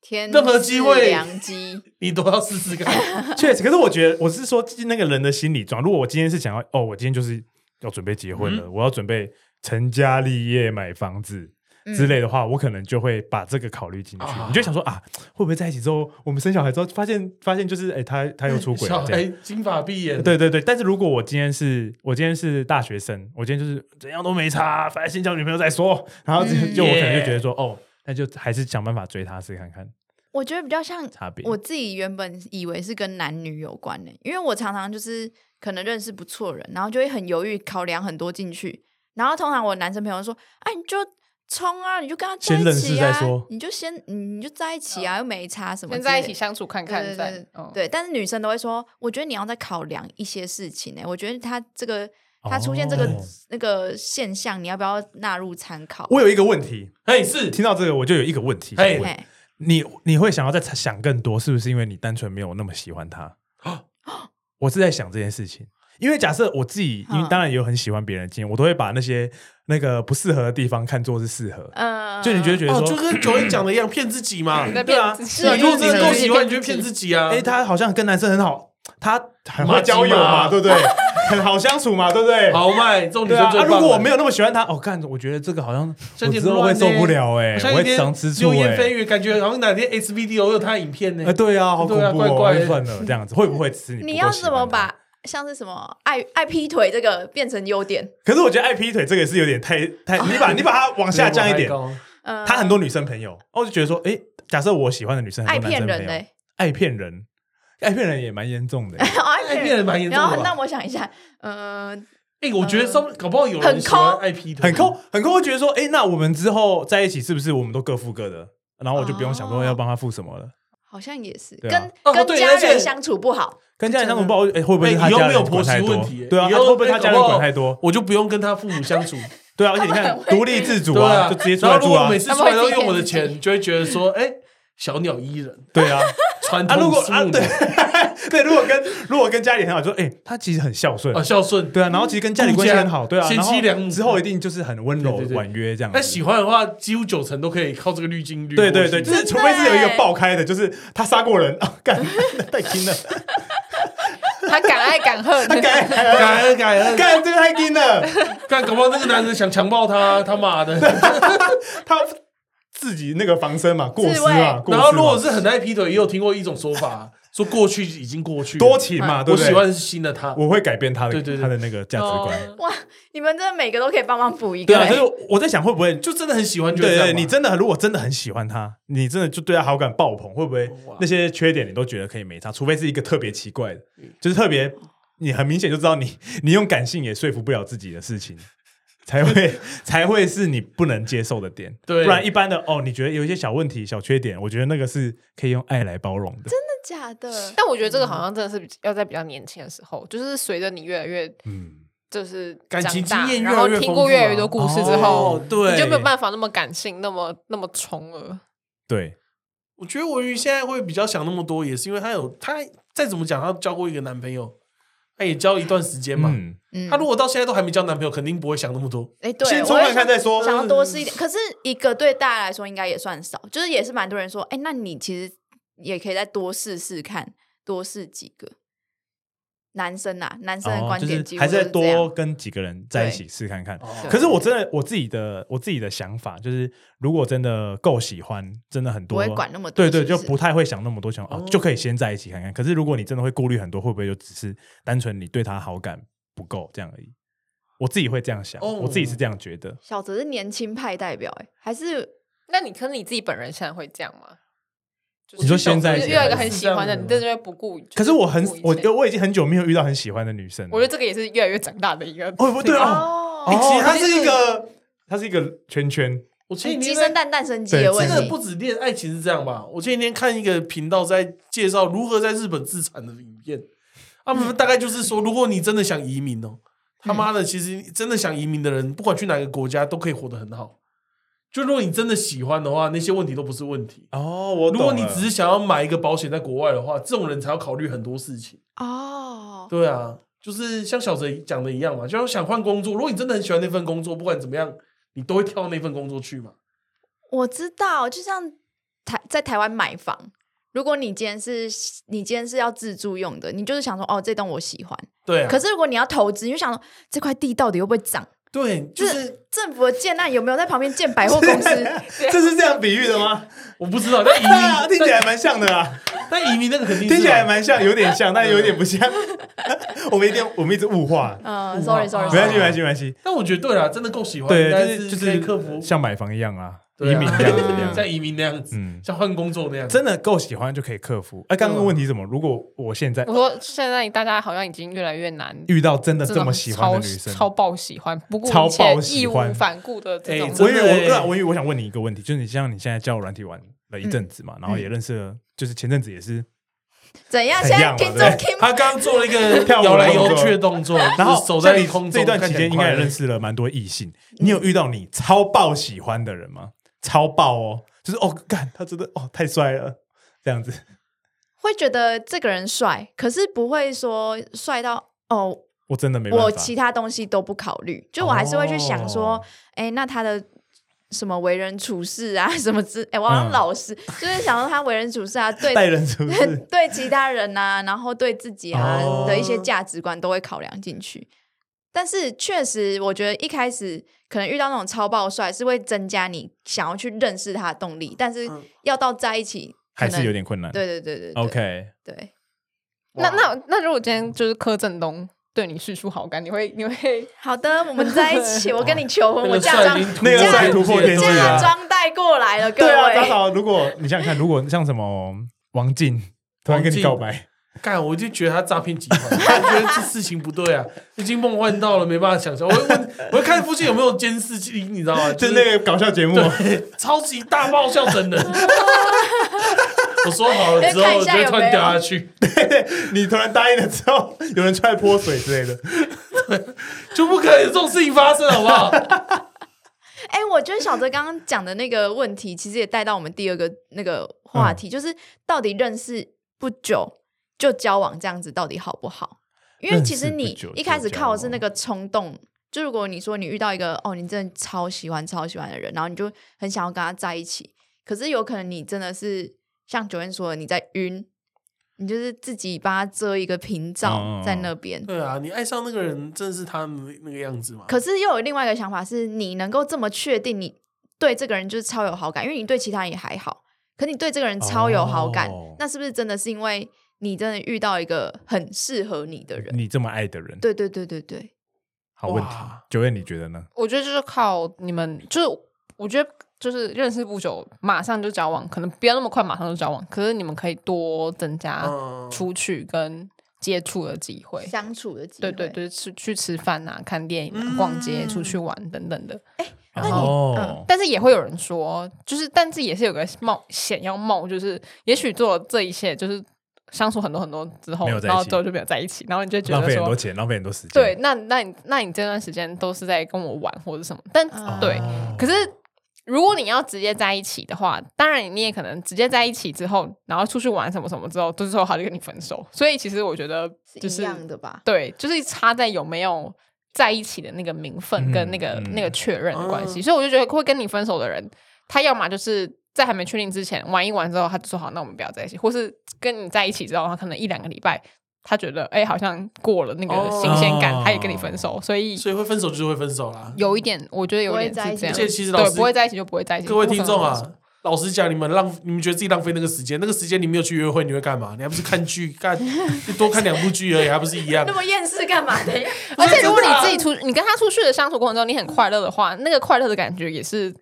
A: 天，
B: 任何机会
A: 良机，
B: 你都要试试看。
C: 确实。可是我觉得我是说那个人的心理状，如果我今天是想要，哦，我今天就是要准备结
B: 嗯
C: 婚了，我要准备成家立业、买房子，
A: 嗯
C: 之类的话，我可能就会把这个考虑进去。
B: 啊
C: 你就想说啊，会不会在一起之后，我们生小孩之后，发现发现就是，哎、他 他又出
B: 嗯
C: 轨
B: 小
C: 了这
B: 孩
C: 样。
B: 金发碧眼，
C: 对对对，但是如果我今天是我今天是大学生，我今天就是怎样都没差，反正先交女朋友再说。然后就,、
A: 嗯
C: 就我可能就
B: Yeah
C: 觉得说，哦，那就还是想办法追他试看看
A: 我觉得比较像
C: 差别。
A: 我自己原本以为是跟男女有关的、因为我常常就是可能认识不错的人，然后就会很犹豫，考量很多进去，然后通常我男生朋友说：“哎、你就冲啊，你就跟他在
C: 先
A: 一
C: 认识
A: 起啊
C: 再说，
A: 你就先你就在一起啊，又没差什么之
D: 哦先
A: 类的，
D: 在一起相处看看
A: 对
D: 再，
A: 对
D: 嗯，
A: 对，但是女生都会说，我觉得你要再考量一些事情呢、欸我觉得他这个他出现这个、
C: 哦
A: 那个现象，你要不要纳入参考？
C: 我有一个问题，
B: 哎是
C: 听到这个我就有一个问题想
B: 嘿
C: 问
A: 嘿
C: 你，你会想要再想更多，是不是因为你单纯没有那么喜 欢他？我是在想这件事情，因为假设我自己，因为
A: 嗯
C: 当然也有很喜欢别人的经验，我都会把那些那个不适合的地方看作是适合。
A: 嗯，
C: 就你觉得觉得
B: 哦，就
C: 说，
B: 跟九一讲的一样，骗自己嘛。
D: 在
B: 对
D: 嗯骗
B: 啊，
D: 自己
B: 你如果真的够喜欢，你
D: 自
B: 就
D: 己
B: 骗自己啊。
C: 哎哎，他好像跟男生很好，他很会交友
B: 麻吉嘛
C: 嘛，对不对？很好相处嘛，对不对？
B: 豪迈，重
C: 对
B: 点就
C: 啊，
B: 最
C: 啊
B: 棒
C: 如
B: 了。
C: 果我没有那么喜欢他，哦，干，我觉得这个 好像
B: 像
C: 我
B: 有点
C: 之后
B: 乱
C: 会
B: 欸
C: 受不了哎，
B: 像
C: 我
B: 一
C: 会
B: 天
C: 常吃醋
B: 流言蜚
C: 哎。
B: 语，感觉好像哪天 S B D 有他影片呢
C: 哎，。对啊，好恐
B: 对啊
C: 怖
B: 怪
C: 哦！
B: 怪的
C: 我算了，这样子会不会吃你？
A: 你要怎么？把像是什么爱爱劈腿这个变成优点？
C: 可是我觉得爱劈腿这个也是有点太 太，你把你把它往下降一点。
A: 呃，
C: 他很多女生朋友，我就觉得说，哎，假设我喜欢的女生
A: 爱
C: 很多男
A: 骗
C: 生
A: 人
C: 朋
A: 呢、
B: 欸
C: 友，爱骗人，爱骗人也蛮严重的。欸
A: 哦 爱
B: 爱骗哎人蛮严重
A: 然
B: 的
A: 后
B: 吧。
A: 让我想一下，呃，
B: 哎、我觉得稍微搞不好有人
A: 很
B: 喜欢
A: 抠
B: 爱劈腿，
C: 很抠，很抠，会觉得说，哎、那我们之后在一起是不是我们都各付各的？然后我就不用想说要帮他付什么了。
A: 好像也是、
C: 对啊
A: 跟、
B: 哦
A: 跟
B: 对
A: 家
B: 而且
A: 人相处不好，
C: 跟家人相处不好，哎、会不会是
B: 哎
C: 他
B: 以后
C: 家
B: 没有
C: 人
B: 婆
C: 管
B: 媳
C: 太
B: 问
C: 多
B: 题？欸
C: 对啊，
B: 以
C: 他
B: 后哦
C: 会不会他家人
B: 搞不好
C: 管太多？
B: 我就不用跟他父母 相处，
C: 对啊，而且你
D: 他
C: 看
D: 们，很
C: 独立自主
B: 对
C: 啊，
B: 啊。
C: 就直接出
B: 然
C: 来
B: 后如
C: 住
B: 果
C: 啊
B: 每。次
D: 他
B: 出
D: 们
B: 来
D: 会
B: 都
D: 自己
B: 用我的
D: 骗自己
B: 钱，就会觉得说，哎、小鸟依人，
C: 对啊，
B: 传
C: 啊，
B: 统
C: 如果
B: 思
C: 啊，
B: 路
C: 对对，如果跟如果跟家里很好，就说，哎、他其实很孝顺。
B: 啊，孝顺。
C: 对啊，然后其实跟家里关系很好，对啊，
B: 贤
C: 然
B: 妻
C: 后
B: 良母
C: 之后一定就是很温柔
B: 对对对
C: 婉约这样子。
B: 嗯那喜欢的话，几乎九成都可以靠这个滤镜滤过
C: 对
B: 去。
C: 对对，就是除非是有一个爆开的，就是他杀过人 啊，干太轻了，
D: 他敢爱敢恨，
C: 他 干
B: 感恩感恩，干
C: 干这个太轻了。
B: 干，搞不好那个男人想强暴她，他妈 的。
C: 他自己那个防身嘛，过失
A: 自卫
C: 嘛，过失嘛
B: 然后如果是很爱劈腿，也有听过一种说法，说过去已经过去了，
C: 多情嘛，对
B: 我
C: 不对
B: 喜欢，的是新的他。
C: 我会改变他的
B: 对对对哦
C: 他的那个价值
D: 哦
C: 观。
A: 哇，你们真的每个都可以帮忙补一个、
C: 对啊，
A: 欸
C: 就是我在想会不会。
B: 就真的很喜欢，
C: 对
B: 就会这样
C: 对，
B: 嘛
C: 你真的如果真的很喜欢他，你真的就对他好感爆棚，会不会
B: 哇
C: 那些缺点你都觉得可以没差？除非是一个特别奇怪的，就是特别你很明显就知道你你用感性也说服不了自己的事情，才会才会是你不能接受的点。
B: 对
C: 不然一般的哦，你觉得有一些小问题、小缺点，我觉得那个是可以用爱来包容的。
A: 真的假 的？
D: 但我觉得这个好像真的是比要在比较年轻的时候，就是随着你越来越
C: 嗯。
D: 就是
B: 感
D: 长
B: 情
D: 大
B: 经验越
D: 然后
B: 来越
D: 听
B: 丰
D: 过
B: 富
D: 越来
B: 啊
D: 越多故事之后，
B: 哦对
D: 你就没有办法那么感性，那么那么宠儿。
C: 对，
B: 我觉得我鱼现在会比较想那么多，也是因为她有她再怎么讲，她交过一个男朋友，她也交一段时间嘛。
C: 嗯，
A: 嗯
B: 她如果到现在都还没交男朋友，肯定不会想那么多。
A: 哎、对，
C: 先
A: 我
C: 冲
A: 也
C: 看看再说。嗯
A: 想要多试一点，可是一个对大家来说应该也算少，就是也是蛮多人说，哎、那你其实也可以再多试试看，多试几个男生啊，男生的
C: 哦，
A: 观
C: 就
A: 点
C: 是
A: 几乎
C: 还
A: 都
C: 是
A: 是这样
C: 多跟几个人在一起试看看。
B: 哦
A: 对
C: 可是我真的我自己的我自己的想法就是，如果真的够喜欢，真的很
A: 不
C: 多
A: 会，管那么多，
C: 对对，
A: 是不
C: 就是不太会想那么多，想哦
B: 哦
C: 就可以先在一起看看。可是如果你真的会顾虑很多，会不会就只是单纯你对他好感不够这样而已？我自己会这样想，
B: 哦
C: 我自己是这样觉得。
A: 小泽是年轻派代表、哎，还是
D: 那你可是你自己本人现在会这样吗？就
C: 你说现在
D: 就是遇到一个很
B: 是
D: 喜
B: 这样
D: 欢的，
B: 的
D: 你真的会不顾。就
C: 可是我很
D: 不顾一
C: 我
D: 切
C: 我已经很久没有遇到很喜欢的女生了，
D: 我觉得这个也是越来越长大的一个。
C: 哦不对哦，
A: 哦
C: 哦
B: 其实
C: 它
B: 它
C: 是
B: 是
C: 一个它是一个圈圈，
B: 我前几
A: 哎鸡
B: 天
A: 生
B: 在
A: 蛋，蛋生鸡
C: 对
A: 的问
B: 这
A: 题，
B: 个不止恋爱情是这样吧？我前几天看一个频道在介绍如何在日本自产的影片，他们大概就是说，如果你真的想移民哦，他妈的，其实真的想移民的人，不管去哪个国家都可以活得很好。就如果你真的喜欢的话，那些问题都不是问题。
C: 哦，我
B: 如
C: 懂
B: 果你
C: 了
B: 只是想要买一个保险在国外的话，这种人才要考虑很多事情。
A: 哦，
B: 对啊，就是像小泽讲的一样嘛，就像想换工作，如果你真的很喜欢那份工作，不管怎么样，你都会跳那份工作去嘛。
A: 我知道，就像台在台湾买房，如果你今天是你今天是要自住用的，你就是想说哦，这栋我喜欢。
B: 对啊，
A: 可是如果你要投资，你就想说这块地到底会不会涨？
B: 对，就是
A: 政府的建案有没有在旁边建百货公 司？
C: 这是这样比喻的吗？
B: 我不知 道，但移
C: 对啊，
B: 民
C: 听起来蛮像的啦，
B: 但但移民那个肯定是
C: 听起来蛮像，有点像，但有点不像。我们一定，我们一直物化，
A: 嗯，sorry sorry，
C: 没关系，
A: sorry
C: 没关系，没关系。
B: 但我觉得对啦，真的够喜欢，应
C: 对，
B: 该
C: 就是就是
B: 可以克服
C: 是像买房一样啊，移
B: 对啊
C: 民一样一样。
B: 像移民那样子，
C: 嗯
B: 像换工作那样子。
C: 真的够喜欢就可以克服。哎，刚刚问题是什么？如果我现在
D: 我说现在大家好像已经越来越难
C: 遇到真的
D: 这
C: 这
D: 种
C: 么喜欢的
D: 超
C: 女生，
D: 超爆喜欢，不顾
C: 超
D: 一
C: 爆
D: 切、
C: 喜
D: 义无
C: 欢
D: 反顾的这
B: 哎
D: 种人。
B: 真
C: 我以
B: 的
C: 为
B: 欸
C: 我对啊我以为我想问你一个问题，就是你像你现在交友软体玩了一阵子嘛，然后也认识了，就是前阵子也是，
A: 怎样？
C: 怎
A: 现
C: 样
A: 在
C: 嘛
A: 听
C: 对
A: 众听
B: 他刚刚做了一个
C: 跳舞的
B: 摇来摇
C: 动作
B: 去的动作，
C: 然
B: 就
C: 后
B: 是手在
C: 这里
B: 空中。
C: 这段期间应该也认
B: 识。
C: 识了蛮多异性。你有遇到你超爆喜欢的人吗？超爆哦，就是哦，干他真的哦太帅了，这样子。
A: 会觉得这个人帅，可是不会说帅到哦，
C: 我真的没办法。
A: 我其他东西都不考虑，就我还是会去想说
C: 哦，
A: 哎、那他的什么为人处事啊，什么之，哎、我好像
C: 嗯
A: 老师，就是想说他为人处事啊， 对
C: 待人处 事，
A: 对其他人呐、然后对自己啊、
C: 哦
A: 的一些价值观都会考量进去。但是确实，我觉得一开始可能遇到那种超暴帅是会增加你想要去认识他的动力，但是要到在一起可
C: 嗯还
A: 能
C: 是有点困难。
A: 对对对对对
C: OK，
A: 对，
D: 那那那如果今天就是柯震东对你叙出好感，你会你会
A: 好的，我们在一起，我跟你求婚，
B: 那
A: 我
B: 个
A: 这样
B: 帅
A: 装
B: 已经
C: 那个
A: 这样
C: 帅突破天
A: 这
C: 际
A: 样
C: 啊！
A: 装带过来了，各
C: 对啊，早
A: 位。
C: 早，如果你想想看，如果像什么王静突然跟你告白，
B: 干，我就觉得他诈骗集团， 我觉得这事情不对啊，已经梦幻到了，没办法想象。我会问，我会看附近有没有监视器，你知道 吗？
C: 就是是那个搞笑节目，
B: 对，超级大爆笑整 人。我说好了之后，
A: 看一
B: 我就
A: 下
B: 会
A: 有没有
B: 突然掉下去，
C: 你突然答应了之后，有人出来泼水之类的，
B: 就不可以有这种事情发生，好不好？
A: 哎、我觉得小哲刚刚讲的那个问题，其实也带到我们第二个那个
C: 嗯
A: 话题，就是到底认识不久就交往这样子到底好不好？因为其实
C: 认
A: 你
C: 识不久
A: 一开始
C: 就交
A: 靠
C: 往
A: 的是那个冲动。就如果你说你遇到一个哦，你真的超喜欢超喜欢的人，然后你就很想要跟他在一起，可是有可能你真的是像九燕说的，你在晕，你就是自己帮他遮一个屏
C: 嗯嗯
A: 障
C: 嗯
A: 在那边。
B: 对啊，你爱上那个人，真的是他们那个样子吗？
A: 可是又有另外一个想法是，你能够这么确定你对这个人就是超有好感，因为你对其他人也还好，可你对这个人超有好感，
C: 哦
A: 那是不是真的是因为你真的遇到一个很适合你的人？
C: 你这么爱的人，
A: 对对对对对，
C: 好问题
B: 哇。
C: 九月你觉得呢？
D: 我觉得就是靠你们，就是我觉得就是认识不久，马上就交往，可能不要那么快马上就交往，可是你们可以多增
A: 啊
D: 加
B: 嗯
D: 出去跟接触的机会。
A: 相处的机
D: 对对。对，吃去吃饭啊，看电影、
C: 嗯
D: 啊、逛街、出去玩等等的，
A: 那你嗯
C: 哦，
D: 但是也会有人说，就是但是也是有个冒险要冒，就是也许做了这一切，就是相处很多很多之后，
C: 没有在一起
D: 然后之后就没有在一起，然后你就觉
C: 浪
D: 得
C: 费很
D: 说
C: 多，钱，浪费很多时间。
D: 对，那那你那你这段时间都是在跟我玩或者什么，但、
A: 哦
D: 对，可是如果你要直接在一起的话，当然你也可能直接在一起之后，然后出去玩什么什么之后，最后他就跟你分手。所以其实我觉得就是是
A: 一样的吧？
D: 对，就是差在有没有在一起的那个名分跟那个、
C: 嗯嗯
D: 那个确认的关系。
A: 嗯
D: 所以我就觉得会跟你分手的人，他要么就是在还没确定之前玩一玩之后，他就说好，那我们不要在一起，或是跟你在一起之后，他可能一两个礼拜。他觉得哎、好像过了那个新鲜感，
C: 哦
D: 他也跟你分手，所以
B: 所以会分手就是会分手啦。
D: 有一点，我觉得有一
A: 不会
D: 点
A: 在一
D: 是
A: 起
D: 这样。
B: 而且其实老
D: 对，
B: 师
D: 不会在一起就不会在一起。
B: 各位听众
D: 不可能分手
B: 啊，老实讲，你们浪，你们觉得自己浪费那个时间，那个时间你没有去约会，你会干嘛？你还不是看剧， 看你多看两部剧而已，还不是一 样
A: 那？么厌世干嘛的呀？
D: 而且如果你
B: 真的啊
D: 自己出，你跟他出去的相处过程中，你很快乐的话，那个快乐的感觉也是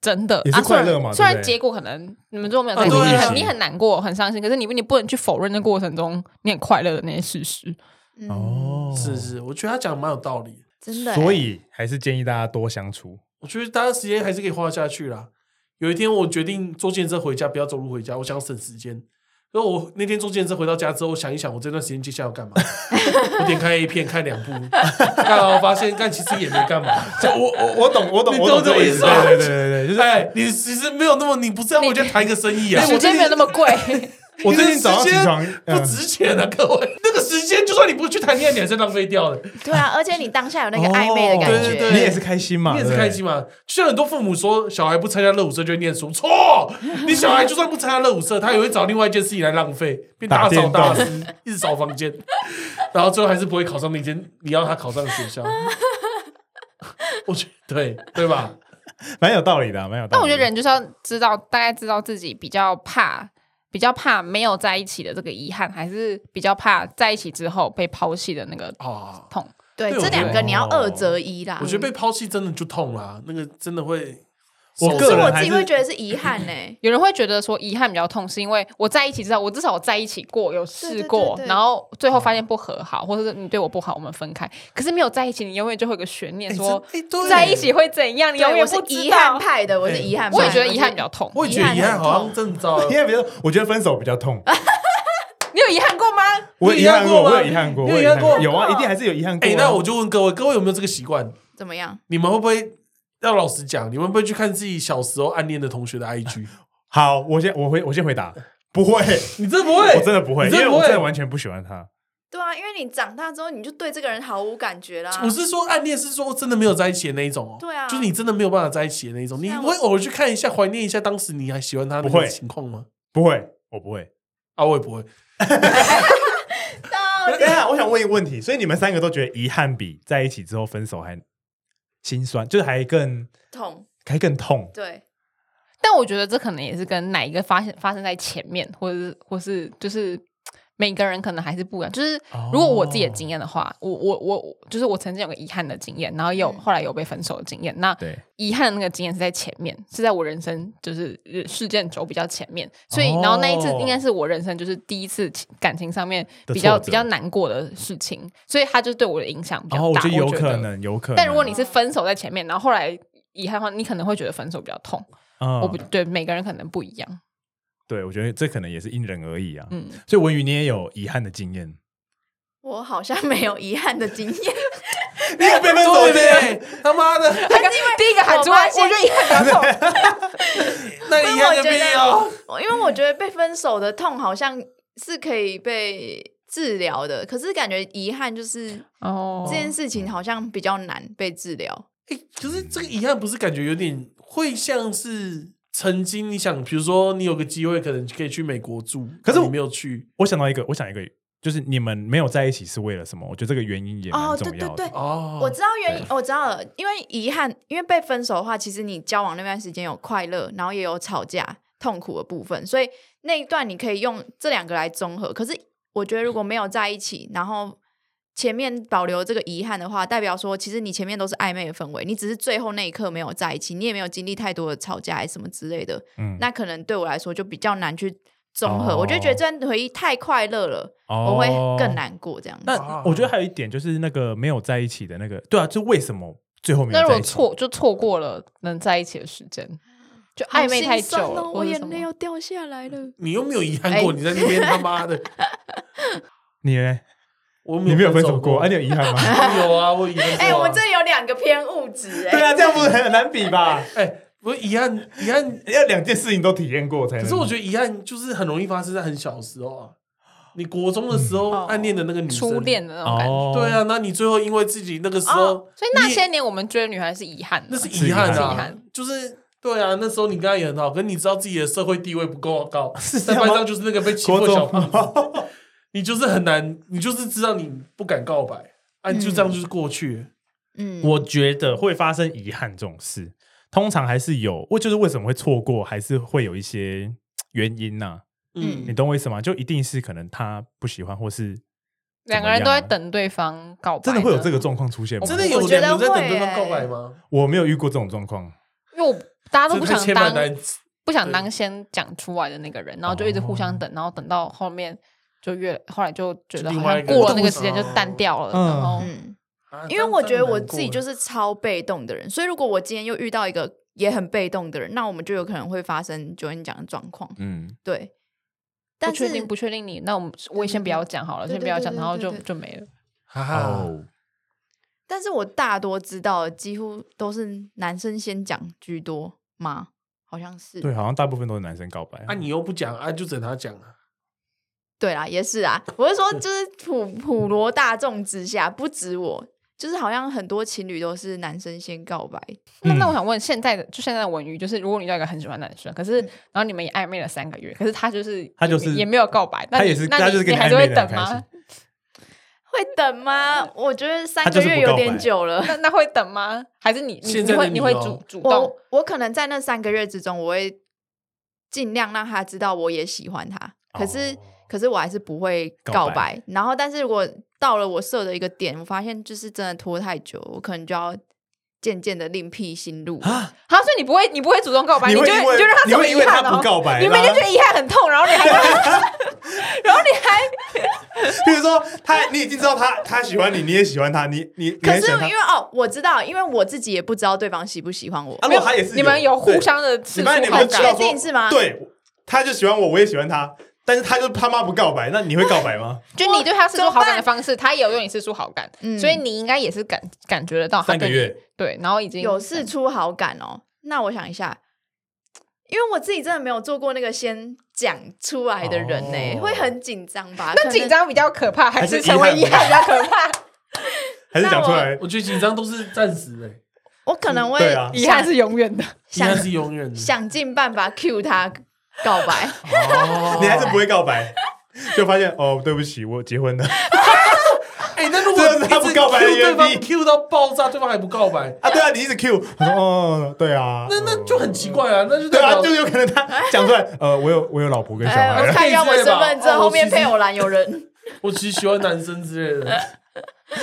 D: 真的，
C: 也是
D: 啊虽然
C: 快乐嘛
D: 虽
C: 对
D: 然
C: 不对
D: 结果可能你们最后没有在
B: 啊
D: 一起，
B: 对
D: 你
B: 啊
D: 很你很难过、很伤心，可是你你不能去否认那过程中你很快乐的那些事实。
A: 嗯，
C: 哦，
B: 是，是，我觉得他讲得蛮有道理的。
A: 真的欸、
C: 所以还是建议大家多相处。
B: 我觉得大家时间还是可以花下去啦。有一天我决定坐健身回家，不要走路回家，我想要省时间。然后我那天坐健身回到家之后，我想一想，我这段时间接下来要干嘛？ 我点开 A 片看两部，看到发现干其实也没干 嘛。
C: 这我我我懂，我懂，
B: 你
C: 我懂
B: 懂
C: 这
B: 我
C: 个
B: 意
C: 意思。
B: 思吗
C: 对对对对，就是
B: 哎，你其实没有那么，你不是要我就谈一个生意啊？
D: 时间没有那么贵，
C: 我最近早上起床，
B: 不
C: 嗯
B: 值钱啊，各位， 那个时间就算你不去谈恋爱，你还是浪费掉了。
A: 对啊，而且你当下有那个暧昧的感
B: 哦
A: 觉，
B: 对对对
C: 你也是开心嘛，
B: 你也是
C: 对不对
B: 开心嘛？就像很多父母说，小孩不参加乐舞社就会念书，错！你小孩就算不参加乐舞社，他也会找另外一件事情来浪费，变大扫大师，一直扫房间， 然后最后还是不会考上那间你要他考上的学 校。我觉得对对 吧？
C: 蛮有道理的啊，蛮有道理的。
D: 但我觉得人就是要知道，大概知道自己比较怕。比较怕没有在一起的这个遗憾，还是比较怕在一起之后被抛弃的那个
B: 啊，
D: 痛。
A: 对
B: 对
A: 这
B: 我觉得
A: 两个你要二择一啦。嗯
B: 我觉得被抛弃真的就痛啦，那个真的会。
C: 我
B: 手
C: 个
A: 是
C: 人
A: 我
C: 还
A: 自己
C: 是
A: 会觉得是遗憾欸呢、
D: 有人会觉得说遗憾比较痛，是因为我在一起之后，我至少我在一起过，有试
A: 对
D: 过，
A: 对对对
D: 然后最后发
B: 嗯
D: 现不和好，或者是你对我不好，我们分开。可是没有在一起，你永远就会有个悬念说
B: 哎真哎对
D: 在一起会怎样，你永
A: 对，我
D: 远
A: 是
D: 不
A: 遗
D: 知
A: 憾
D: 道。
A: 派的，我是遗憾派。
D: 我也觉得遗憾比较痛。
B: 我也觉得遗憾好像正遭。
C: 因为比较，我觉得分手比较痛。
D: 你有遗憾过吗？
C: 我有遗憾过，
B: 你有遗憾过吗
C: 我有遗憾过，
B: 你有遗憾过
C: 我有遗憾过，有啊，一定还是有遗憾过啊。
B: 哎，那我就问各位，各位有没有这个习惯？
A: 怎么样？
B: 你们会不会要老实讲？你们会不会去看自己小时候暗恋的同学 的 IG？
C: 好，我先我回我先回答，不会，
B: 你真的不会？
C: 我真的不会，
B: 你
C: 因
B: 真的
C: 为
B: 不
C: 我
B: 会
C: 真的完全不喜欢他。
A: 对啊，因为你长大之后，你就对这个人毫无感觉啦。
B: 我是说，暗恋是说真的没有在一起的那一种哦，
A: 对啊
B: 就是你真的没有办法在一起的那一种，你
A: 像
B: 会偶尔去看一下，怀念一下当时你还喜欢他的
C: 不会
B: 情况吗？
C: 不会，我不会。
B: 啊，我也不会，
C: 等一下，我想问一个问题，所以你们三个都觉得遗憾比在一起之后分手还心酸，就是还更
A: 痛，
C: 还更痛。
A: 对，
D: 但我觉得这可能也是跟哪一个发现发生在前面，或者是或是就是每个人可能还是不一样。就是如果我自己的经验的话，我我我就是我曾经有个遗憾的经验，然后有
A: 嗯
D: 后来有被分手的经验。那
C: 对，
D: 遗憾的那个经验是在前面，是在我人生就是呃事件轴比较前面，所以然后那一次
C: 哦
D: 应该是我人生就是第一次情感情上面
C: 的
D: 比较
C: 挫折
D: 比较难过的事情，所以他就对我的影响比较
C: 然
D: 大。
C: 后我觉得有
D: 我
C: 可，能，有可能。
D: 但如果你是分手在前面，然后后来遗憾的话，你可能会觉得分手比较痛。
C: 嗯
D: 我不对，每个人可能不一样。
C: 对，我觉得这可能也是因人而异啊。
D: 嗯，
C: 所以文宇，你也有遗憾的经验，
A: 我好像没有遗憾的经 验。
C: 你有被分
B: 哎对呗，他妈的，
D: 他刚第一个喊出来，
A: 我发现
D: 我觉得遗憾比较痛。
B: 那
A: 因
B: 你
A: 为我
B: 看
A: 觉
B: 个屁
A: 得
B: 哦！，
A: 我因为我觉得被分手的痛好像是可以被治疗的，可是感觉遗憾就是
D: 哦
A: 这件事情好像比较难被治疗。
B: 哎，可是这个遗憾不是感觉有点会像是曾经你想，比如说你有个机会，可能可以去美国住，
C: 可是
B: 你
C: 我
B: 没有去
C: 我想到一个，我想一个，就是你们没有在一起是为了什么？我觉得这个原因也蛮
A: 哦，
C: 重
A: 对对
C: 要的。
A: 对，
B: 哦。
A: 我知道原因，我知道了，因为遗憾，因为被分手的话，其实你交往那段时间有快乐，然后也有吵架、痛苦的部分，所以那一段你可以用这两个来综合。可是我觉得如果没有在一起，然后前面保留这个遗憾的话，代表说其实你前面都是暧昧的氛围，你只是最后那一刻没有在一起，你也没有经历太多的吵架还是什么之类的，
C: 嗯，
A: 那可能对我来说就比较难去综合。
C: 哦
A: 我就觉得这段回忆太快乐了，
C: 哦
A: 我会更。难过这样子。
C: 那我觉得还有一点就是那个没有在一起的那个，对啊，就为什么最后没
D: 那
C: 有
D: 如
C: 在
D: 果
C: 一起？嗯
D: 错就错过了能在一起的时间，就暧昧太久
A: 好心酸
D: 了，
A: 哦
D: 或
A: 我
D: 者
A: 眼
D: 什么
A: 泪要掉下来了。
B: 你又没有遗憾过，
A: 哎
B: 你在那边他妈的，
C: 你呢？
B: 我
C: 你没有分手
B: 手
C: 过？哎、
B: 哎
C: 你，有遗憾吗？
B: 有啊，我有遗憾过啊。
A: 哎、我这里有两个偏物质哎、
C: 对啊，这样不是很难比吧？
B: 哎，我遗憾遗憾，
C: 要两件事情都体验过才能。
B: 可是我觉得遗憾就是很容易发生在很小的时候啊。你国中的时候
D: 嗯
B: 暗恋的那个女生，
D: 初恋的那种感觉。
C: 哦，
B: 对，啊，那你最后因为自己那个时候
D: 哦，，所以那些年我们追的女孩是遗憾的，
B: 那是
C: 是
B: 遗憾
C: 遗
B: 啊
D: 憾，
B: 就是对啊，那时候你跟他也很好，可是你知道自己的社会地位不够高，
C: 这
B: 在
C: 样吗
B: 班上就是那个被欺负
C: 啊国
B: 的小
C: 中
B: 胖子， 你就是很难，你就是知道你不敢告白，啊，你就这样就是过去。
A: 嗯，
C: 我觉得会发生遗憾这种事，通常还是有，我就是为什么会错过，还是会有一些嘖原因呐、
A: 嗯
C: 你懂我意思吗？就一定是可能他不喜欢，或是
D: 两个人都在
C: 怎么样啊，
D: 等对方告白，
C: 真的会有这个，状况出现吗？
B: 真的有
A: 我觉
B: 两
A: 得
B: 个人在
A: 会
B: 等对方
A: 欸
B: 告白吗？
C: 我没有遇过这种状况。
D: 因为我大家都不
B: 这太
D: 想
B: 千
D: 当
B: 万难
D: 不想当先讲出来的那个人，然后就一直互
C: 哦
D: 相等，然后等到后面就越后来就觉得好像过了那个时间就淡掉了，
C: 嗯
D: 然后
A: 嗯，
B: 啊
A: 因为我觉得我自己就是是超被动的人，所以如果我今天又遇到一个也很被动的人，那我们就有可能会发生九你讲的状况。
C: 嗯，
A: 对，
D: 不
A: 但
D: 确
A: 是
D: 定不确定你，那我们我也先不要讲好了，
A: 对对
D: 先不要讲，
A: 对对
D: 然后就
A: 对对
D: 就没了。
B: 啊，
C: 哦，
A: 但是我大多知道的几乎都是男生先讲居多嘛，好像是
C: 对，好像大部分都是男生告白。
B: 啊你又不讲啊，就等他讲啊。
A: 对啦，也是啊。我是说，就是普普罗大众之下，不止我，就是好像很多情侣都是男生先告白。
D: 那
C: 嗯
D: 那我想问，现在的就现在的文娱，就是如果你遇到一个很喜欢的男生，可是
A: 嗯
D: 然后你们也暧昧了三个月，可是他就是
C: 他就是
D: 也也没有告白，那
C: 他
D: 你
C: 也是
D: 那
C: 他
D: 你
C: 就是跟
D: 你还是
C: 暧昧
D: 会
C: 的很
D: 等
C: 开心
D: 吗？。
A: 会等吗？我觉得三
C: 他
A: 个
C: 就是不
A: 月有
C: 告白
A: 点久了。
D: 那那会等吗？还是你你
B: 现
D: 你
B: 在的
D: 会
B: 你
D: 会
B: 哦
D: 主主动
A: 我我可能在那三个月之中，我会尽量让他知道我也喜欢他。可是，
C: 哦
A: 可是我还是不会告
C: 告
A: 白。
C: 白
A: 然后，但是如果到了我设的一个点，我发现就是真的拖太久，我可能就要渐渐的另辟新路
C: 啊
A: 了。
D: 好，所以你不会你不会主动告白，
C: 你
D: 就
C: 会
D: 会
C: 因为
D: 你就让他
C: 你
D: 走
C: 会
D: 遗
C: 因为他
D: 憾
C: 不
D: 哦。
C: 告白，
D: 你每天
C: 然后
D: 觉得遗憾很痛，然后你 还然后你还
C: 比如说他，你已经知道他他喜欢你，你也喜欢他，你你你
A: 可
C: 很
A: 是
C: 喜
A: 因
C: 欢他。
A: 为哦，我知道，因为我自己也不知道对方喜不喜欢我。
C: 啊，如果他也是
D: 你们有互
C: 对
D: 相的次
C: 你
D: 数
C: 发现你们
A: 很
C: 就知道
A: 确定
C: 说
A: 是吗
C: 对，他就喜欢我，我也喜欢他，但是他就他妈不告白，那你会告白吗？
D: 就你对他示
A: 怎
D: 出
A: 么
D: 好感
A: 办
D: 的方式，他也有对你示出好感，
A: 嗯
D: 所以你应该也是感感觉得到他
C: 三个
D: 啊对你
C: 月
D: 对，然后已经
A: 有事出好感哦。那我想一下，因为我自己真的没有做过那个先讲出来的人呢、
C: 哦
A: 会很紧张吧？可
D: 那
A: 能
D: 紧张比较可怕，还
C: 还是
D: 是成为遗
C: 遗憾
D: 憾比较可 怕？
C: 还是讲出来，
B: 我觉得紧张都是暂时的、
A: 我可能会
C: 对啊
D: 遗憾是永 远的。
B: 遗憾
A: 想
B: 是永远的。
A: 想尽办法 cue 他告白，
B: 哦
C: 你还是不会告白， 就发现哦，对不起，我结婚了。
B: 哎、那如
C: 这是
B: 果
C: 他不告白的原
B: 对
C: 因
B: 方 Q 到爆炸，对方还不告白，
C: 啊，对啊，你一直 Q，我说哦，对啊，
B: 那那就很奇怪啊，那就
C: 对
B: 代
C: 啊，
B: 表
C: 就有可能他讲出来，呃，我有我有老婆跟小
A: 哎，
C: 孩
A: 我
C: 了，
A: 看一下我身份
B: 哦
A: 证后面
B: 其实
A: 配偶栏有人，
B: 我其实喜欢男生之类
A: 呃
B: 的。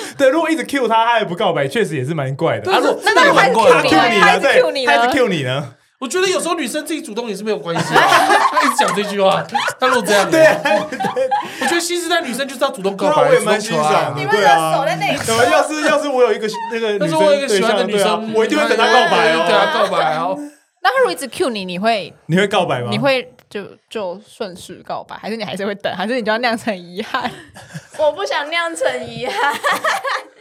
C: 对，如果一直 Q 他，他也不告白，确实也是蛮怪的。
B: 对
C: 他说
B: 那
D: 那
B: 也
D: 他
B: 蛮
D: 是
B: 怪的
C: 他
D: Q 你
C: Q 你
D: 啊他
C: 了，
D: 一直
C: 对，
D: Q 你啊
C: 他一
D: 了
C: 直 Q 你呢，
B: 我觉得有时候女生自己主动也是没有关系的，啊她一直讲这句话，她如果这样，
C: 对啊，
B: 我觉得新时代女生就是要主动告
C: 对啊
B: 白，
C: 我也蛮欣赏的
B: 主
A: 你
B: 动求爱
A: 们的
B: 啊
C: 对啊
A: 手在那里
C: 怎么要是要是我有一个那个
B: 但
C: 女
B: 是我有一
C: 生
B: 个喜欢的女
C: 对象
B: 生
C: 对，啊我一定会等他
B: 她
C: 告白
B: 对
C: 哦。
B: 啊，告白哦。
D: 那他如果一直 Q 你，你会
C: 你会告白吗？
D: 你会就就顺势告白，还是你还是会等，还是你就要酿成遗憾？
A: 我不想酿成遗憾。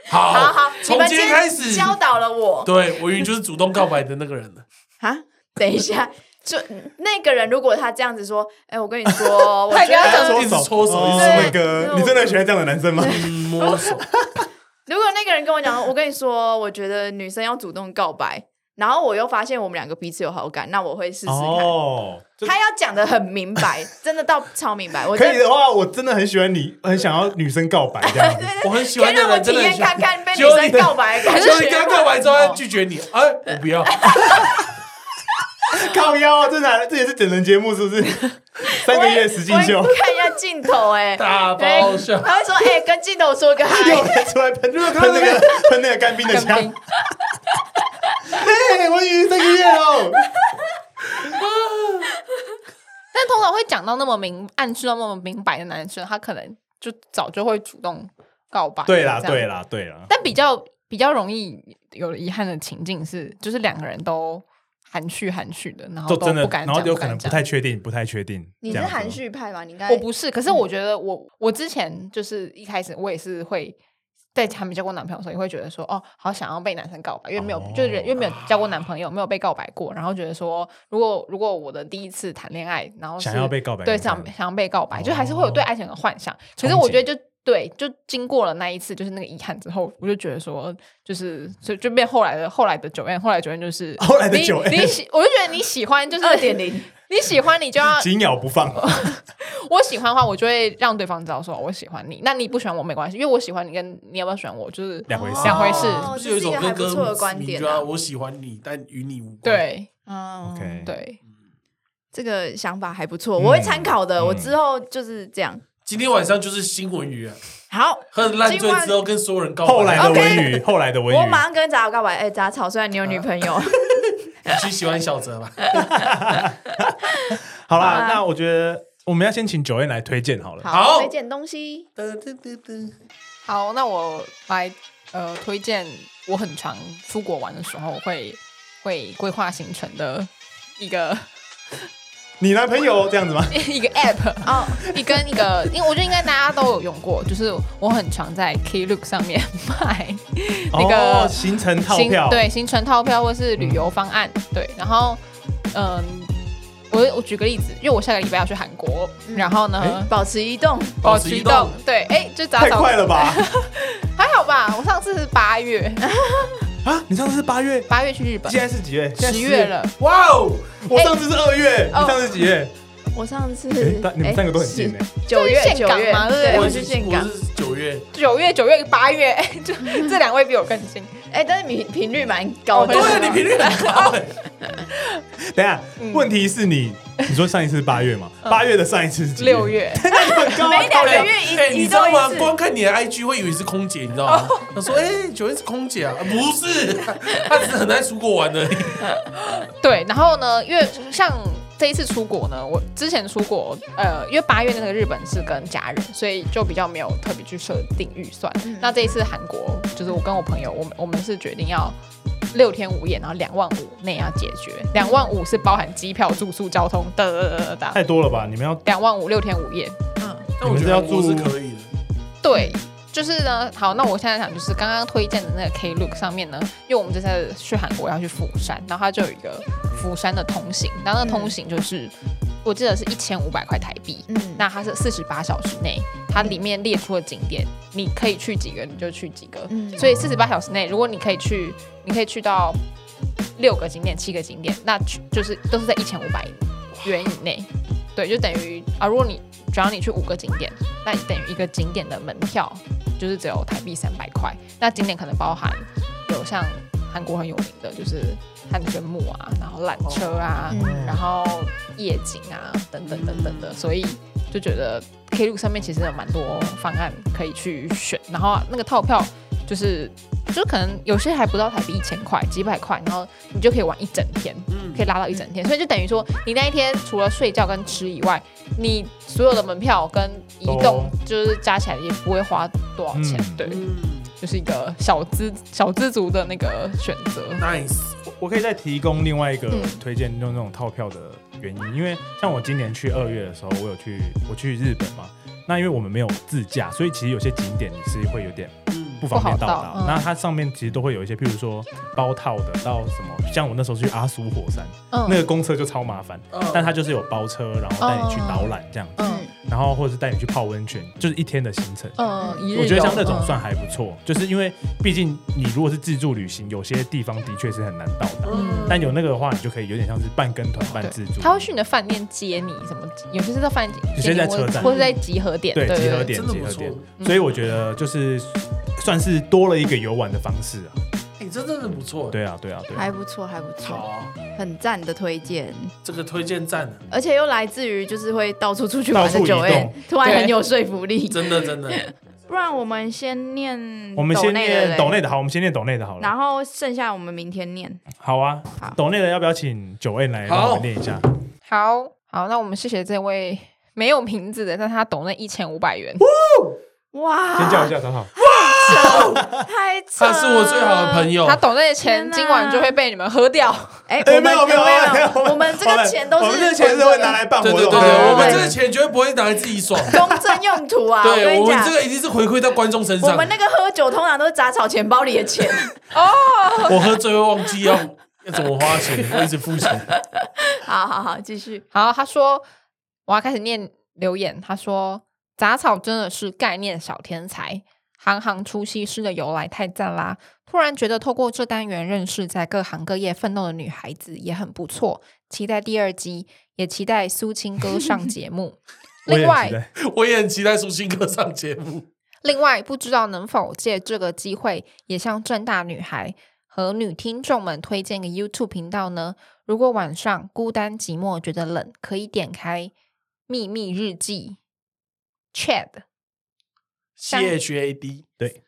B: 好
A: 好好，你
B: 从
A: 们
B: 今
A: 今
B: 天
A: 天
B: 开始，
A: 教导了我
B: 对我云就是主动告白的那个人了。
A: 啊！等一下，就那个人如果他这样子说，哎，我跟你说，我
D: 快
A: 觉
D: 跟他
A: 得
D: 讲
B: 一直搓手一直
A: 搓
C: 那个，你真的喜欢这样的男生吗？
B: 嗯，摸手，
A: 如果那个人跟我讲，我跟你说，我觉得女生要主动告白，然后我又发现我们两个彼此有好感，那我会试试看。
C: 哦，就
A: 他要讲的很明白，真的到超明白，我
C: 可
A: 真
C: 以的话，我真的很喜欢你，很想要女生告白这样 子。
B: 我很喜
A: 可
B: 欢
A: 以让
B: 那个
A: 我
B: 人，
A: 体
B: 真的很
A: 验
B: 喜欢
A: 看。看被女
B: 就
A: 生
B: 你
A: 告白的感
B: 就你刚
A: 觉。
B: 告白之后，他拒绝你，哎，我不要，
C: 靠腰啊，这哪这也是整人节目是不是？三个月实境秀
A: 我，会看一下镜头、哎，
B: 大爆笑。
A: 他会说，哎、跟镜头说个
C: 又
A: 嗨，
C: 来出来喷，喷那个喷那个干冰的
D: 干
C: 枪
D: 冰。
C: 嘿，我以为三个月哦，
D: 但通常会讲到那么明暗示到那么明白的男生，他可能就早就会主动告白。
C: 对啦，
D: 这样
C: 对。啦，对啦，
D: 但比较比较容易有遗憾的情境是，就是两个人都含蓄含蓄的，然后
C: 就
D: 都
C: 真的，
D: 不敢
C: 然
D: 讲，
C: 后有
D: 不
C: 可
D: 敢
C: 能不
D: 讲
C: 太确定，不太确定。
A: 你是
C: 这样子
A: 含？蓄派吧？你应该
D: 我不是，可是我觉得我、我之前就是一开始我也是会在还没交过男朋友的时候，也会觉得说哦，好想要被男生告白，因为没有、
C: 哦
D: 就是人因为没有交过男朋友，没有被告白过，然后觉得说哦如果如果我的第一次谈恋爱，然后哦是
C: 想要被告白
D: 对
C: 看
D: 想
C: 看哦
D: 想要被告白，就还是会有对爱情的幻想。可是
C: 憧
D: 我
C: 憬
D: 觉得就。对，就经过了那一次，就是那个遗憾之后，我就觉得说，就是就就变后来的后来的九 N，后来九 N 就是
C: 后来的
D: 你
C: 9N
D: 你喜我就觉得你喜欢就是
A: 二 点 零，
D: 你喜欢你就要
C: 紧咬不放。
D: 我喜欢的话，我就会让对方知道说我喜欢你。那你不喜欢我没关系，因为我喜欢你，跟你要不要喜欢我就是
C: 两回事
D: 两回事。
A: 哦
B: 不是有一首
A: 这是一个还
B: 歌
A: 不
B: 歌
A: 错的观点啊
B: 名叫我喜欢你，但与你无关。，
D: 对
A: 嗯
C: OK
D: 对，
A: 这个想法还不错，
C: 嗯
A: 我会参考的。
C: 嗯
A: 我之后就是这样。
B: 今天晚上就是新闻语啊，
A: 好，
B: 喝了烂醉之后跟所有人告白。
C: 后来的
A: OK
C: 文语，后来的文
A: 我
C: 语
A: 马，上跟杂草告白。哎、杂草，虽然你有女朋友，
B: 你去喜欢小泽 吧。
C: 好啦
A: 啊，
C: 那我觉得我们要先请九燕来推荐好了。
B: 好
A: 推荐东西。
D: 好，那我来呃推荐我很常出国玩的时候会会规划行程的一个
C: 你男朋友这样子吗？
D: 一个 app
A: 哦，
D: 一跟一个，因为我觉得应该大家都有用过，就是我很常在 Klook 上面 买那个
C: 哦行程套
D: 行
C: 票，
D: 对行程套票或是旅游方案，对，然后嗯。我我举个例子，因为我下个礼拜要去韩国，
A: 嗯
D: 然后呢，哦
C: 诶
A: 保持移动，
B: 保持移动，
D: 对，哎、就早
C: 太
D: 早
C: 快了吧？
D: 还好吧？我上次是八月，
C: 啊，你上次是八月，
D: 八月去日本
C: 现，在是几月？现在
D: 十月。了，
B: 哇哦，
C: 我上次是二月，你
D: 哦
C: 上次几月？
A: 我上次
C: 哎大你们三个都很近哎。
A: 九
D: 这
A: 月
D: 是
A: 九
D: 岘港
A: 月
D: 嘛对不对
A: 对，
B: 我
A: 我
B: 是
A: 去岘
B: 我
A: 港。
B: 是九月，
D: 九月、九月、八月， 哎、就这两位比我更近。
A: 哎、但是你频率蛮高的。
B: 对啊，你频率很高哎。
C: 等一下，问题是你，你说上一次是八月嘛？八月的上一次是几
D: 六？月，
C: 很高啊
A: 每 两个月
B: 哎，
A: 一
B: 你
A: 移
B: 知道
A: 动
B: 吗
A: 一？次。哦
B: 光看你的 IG 会以为是空姐，你知道吗？他说：“哎，九月是空姐啊，不是， 他只是很爱出国玩 而已。
D: 对，然后呢，因为像这一次出国呢，我之前出国，呃，因为八月那个日本是跟家人，所以就比较没有特别去设定预算。那这一次韩国，就是我跟我朋友，我们我们是决定要。六天五夜，然后两万五内要解决，两万五是包含机票、住宿、交通的的的的
C: 太多了吧？你们要
D: 两万五六天五夜，
A: 嗯
B: 但我觉得
C: 要
B: 韩国是
C: 住
B: 可以的。
D: 对，就是呢，好，那我现在想就是刚刚推荐的那个 K Look 上面呢，因为我们这次去韩国要去釜山，然后它就有一个釜山的通行，然后那个通行就是、我记得是一千五百块台币，
A: 嗯
D: 那它是四十八小时内，它里面列出的景点，你可以去几个你就去几个，
A: 嗯
D: 所以四十八小时内，如果你可以去，你可以去到六个景点、七个景点，那去就是都是在一千五百元以内，对，就等于啊，如果你只要你去五个景点，那等于一个景点的门票就是只有台币三百块，那景点可能包含有像韩国很有名的就是汉宣墓啊，然后缆车啊，
A: 嗯
D: 然后夜景啊等等等等的，所以就觉得 K 路上面其实有蛮多方案可以去选，然后那个套票就是就可能有些还不到台币一千块，几百块，然后你就可以玩一整天，
A: 嗯
D: 可以拉到一整天，所以就等于说你那一天除了睡觉跟吃以外，你所有的门票跟移动就是加起来也不会花多少钱，
C: 嗯
D: 对，就是一个小资小资族的那个选择。
B: ，nice，
C: 我我可以再提供另外一个
D: 嗯
C: 推荐用那种套票的原因，因为像我今年去二月的时候，我有去我去日本嘛，那因为我们没有自驾，所以其实有些景点你是会有点不方便到
D: 不
C: 达
D: 好。到嗯
C: 那它上面其实都会有一些，譬如说包套的到什么，像我那时候去阿苏火山，
D: 嗯
C: 那个公车就超麻烦，
B: 嗯
C: 但它就是有包车，然后带你去导览这样子，
D: 嗯
C: 然后或者是带你去泡温泉，就是一天的行程。
D: 嗯，一日游
C: 我觉得像那种算还不错，就是因为毕竟你如果是自助旅行，有些地方的确是很难到达。
D: 嗯
C: 但有那个的话，你就可以有点像是半跟团半自助，
D: 他会去你的饭店接你，什么有些是在饭店接你，
C: 有些在车站
D: 或者在集合点，
C: 对
D: 对
C: 集合
D: 对
C: 点
B: 真的
C: 集
B: 不
C: 合
B: 错
C: 点，，所以我觉得就是算是多了一个游玩的方式啊。
B: 哎，这真的不错，
C: 对啊，对啊，对啊
A: 还不错，还不
B: 好
A: 错，
B: 啊，
A: 很赞的推荐，
B: 这个推 荐赞啊，
A: 而且又来自于就是会到处出去玩
C: 到
A: 的
C: 处移
A: 九 A，
C: 动
A: 突然很
D: 对
A: 有说服力。
B: 真的真的，
A: 不然我们先念，
C: 我们先念
A: 抖
C: 抖
A: 内的
C: 内
A: 嘞，
C: 的好，我们先念抖内的好了。
A: 然后剩下我们明天念。
C: 好啊
A: 好，
C: 抖内的要不要请九 A 来
B: 好
C: 帮我们念一下？
D: 好好，那我们谢谢这位没有名字的，但他懂那一千五百元，
C: 哦
A: 哇，
C: 先叫一下，好好。
A: 太扯
B: 他
A: 了！
B: 是我最好的朋友
D: 他，懂那的钱
A: 天哪
D: 今晚就会被你们喝掉。
A: 哎，
C: 哎
A: 我们
C: 没有
A: 我们这个钱都是
C: 我们这个钱是会 拿来办活
B: 对
C: 动
B: 对
C: 的，
B: 对对，我们这
A: 对
B: 个钱绝对不会拿来自 己爽，
A: 公正用途啊！我跟
B: 对
A: 你
B: 我们
A: 讲
B: 这，个一定是回馈到观众身
A: 我
B: 上
A: 们。那个喝酒通常都是砸草钱包里的钱。
B: 我喝醉会忘记要要怎么花钱，我一直付 钱。
A: 好好好，继续。
D: 好，他说我要开始念留言，他说杂草真的是概念小天才。行行出西施的由来太赞啦！突然觉得透过这单元认识在各行各业奋斗的女孩子也很不错，期待第二季，也期待苏青 哥上节目。
C: 我也
D: 另
C: 很
D: 外
C: 期，待
B: 我也很期待舒心哥上节目。
D: 另外，不知道能否借这个机会，也向正大女孩和女听众们推荐个 YouTube 频道呢？如果晚上孤单寂寞觉得冷，可以点开《秘密日记》Chad，
B: C
D: 像
B: H A D，
C: 对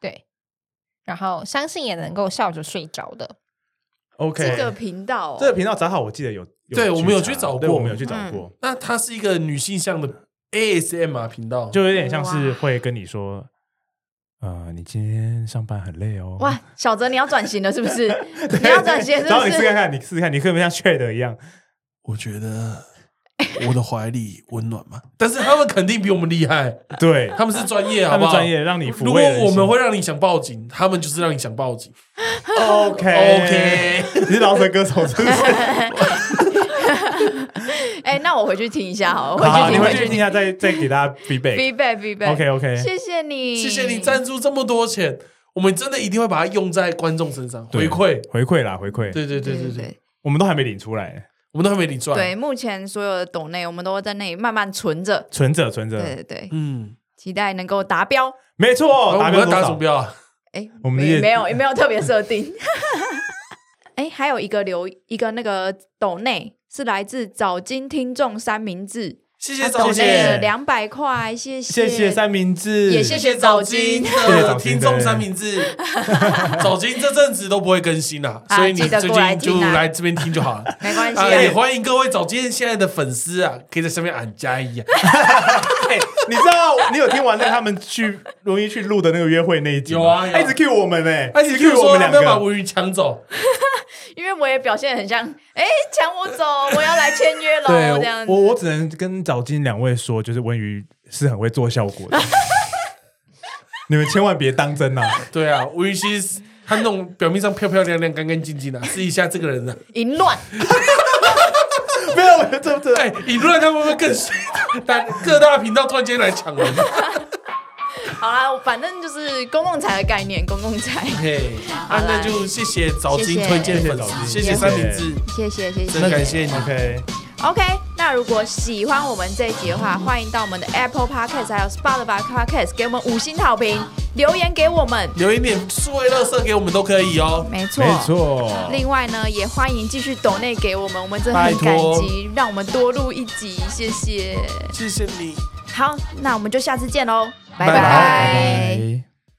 D: 对，然后相信也能够笑着睡着的。
C: ，OK，
A: 这个频道哦，
C: 这个频道找好，我记得有，
B: 对我们有去
C: 查
B: 找
C: 对
B: 过
C: 我们有去找过，
B: 那它是一个女性向的 ASMR 频道，
C: 就有点像是会跟你说，呃，你今天上班很累哦。
A: 哇，小泽你要转型了是不 是？你要转型
C: 然后
A: 了
C: 你
A: 是
C: 试
A: 不是？
C: 看看，你试试看，你可不可以像 Chad 一样？
B: 我觉 得我的怀里温暖嘛，但是他们肯定比我们厉害，
C: 对，
B: 他们是专业，
C: 他
B: 好不
C: 们
B: 好？
C: 专业让你
B: 如
C: 抚
B: 果
C: 慰人心。
B: 我们会让你想报警，他们就是让你想报 警。
C: OK
B: OK，
C: 你是饶舌歌手是不 是？
A: 哎，那我回去听一下好了，
C: 好好，
A: 回去
C: 你
A: 听，
C: 回
A: 回
C: 去
A: 去
C: 听
A: 听。
C: 一下，再再给大家 feedback。
A: feedback feedback。
C: OK OK，
A: 谢谢你，
B: 谢谢你赞助这么多钱，我们真的一定会把它用在观众身上
C: 对
B: 回馈。
C: 回馈啦，回馈，
B: 对
A: 对
B: 对对对
A: 对
B: 对，
A: 对
C: 我们都还没领出来，
B: 我们都还没你赚。
A: 对，目前所有的抖内，我们都在那里慢慢存着。
C: 存着存
A: 对
C: 着，
A: 对对，
B: 嗯，
A: 期待能够达标。
C: 没
B: 哦我
C: 错，
B: 们
C: 达标
B: 要
C: 多
B: 打鼠
C: 少？
B: 标啊，
A: 哎，
C: 我们
A: 没
C: 也
A: 没有也没有特别设 定。哎，还有一个留一个那个抖内是来自早金听众三明治，
B: 谢
A: 他
B: 谢
A: 抖
B: 赵
C: 谢
A: 内
B: 姐
A: 了，两百块，谢
C: 谢谢三明治，
A: 也谢
B: 谢早金
C: 谢
B: 的
C: 早
B: 听
C: 金
B: 众
C: 对
B: 三明治，早金这阵子都不会更新啦，
A: 啊
B: 所以你
A: 记得
B: 最
A: 过来
B: 近就
A: 听啊
B: 来这边听就好了。
A: 没关系、
B: 啊，
A: 啊。
B: 也欢迎各位早金现在的粉丝啊，可以在上面按加 一啊。
C: 哎，你知道你有听完那个他们去容易去录的那个约会那一集吗
B: 有啊有啊
C: 他一直 Q 我们哎，
B: 他其实
C: 我
B: 说
C: 们
B: 他
C: 两
B: 们要把
C: 个，
B: 吴云抢走，
A: 因为我也表现得很像，哎、抢我走，我要来签 约喽，这样子
C: 我。我只能跟早金两位说，就是文娱是很会做效果的。你们千万别当真呐、
B: 对啊，我与其是他那种表面上漂漂亮亮、干干净净的，试一下这个人呢、啊
A: 淫乱，
C: 没有没有，这这
B: 哎，你不然他们会更衰，但各大频道突然间来抢人。啊
A: 好啦，反正就是公共财的概念，公共财。
B: 嘿，啊，那就谢谢早金
A: 谢谢
B: 推荐
C: 谢谢
B: 粉
C: 早
B: 丝，谢
C: 金
B: 谢
A: 也
B: 三
C: 会
B: 明治，
A: 谢谢谢谢
B: 真感谢你。
C: OK，
A: OK，那如果喜欢我们这一集的话，欢迎到我们的 Apple Podcast 还有 Spotify Podcast 给我们五星好评，留言给我们。
B: 留一点数位垃圾给我们都可以哦。
A: 没错，
C: 没。错，
A: 另外呢，也欢迎继续抖内给我们，我们真的
B: 拜
A: 很
B: 托
A: 感激，让我们多录一集，谢谢。
B: 谢谢你。
A: 好，那我们就下次见喽，拜
B: 拜拜
A: 拜。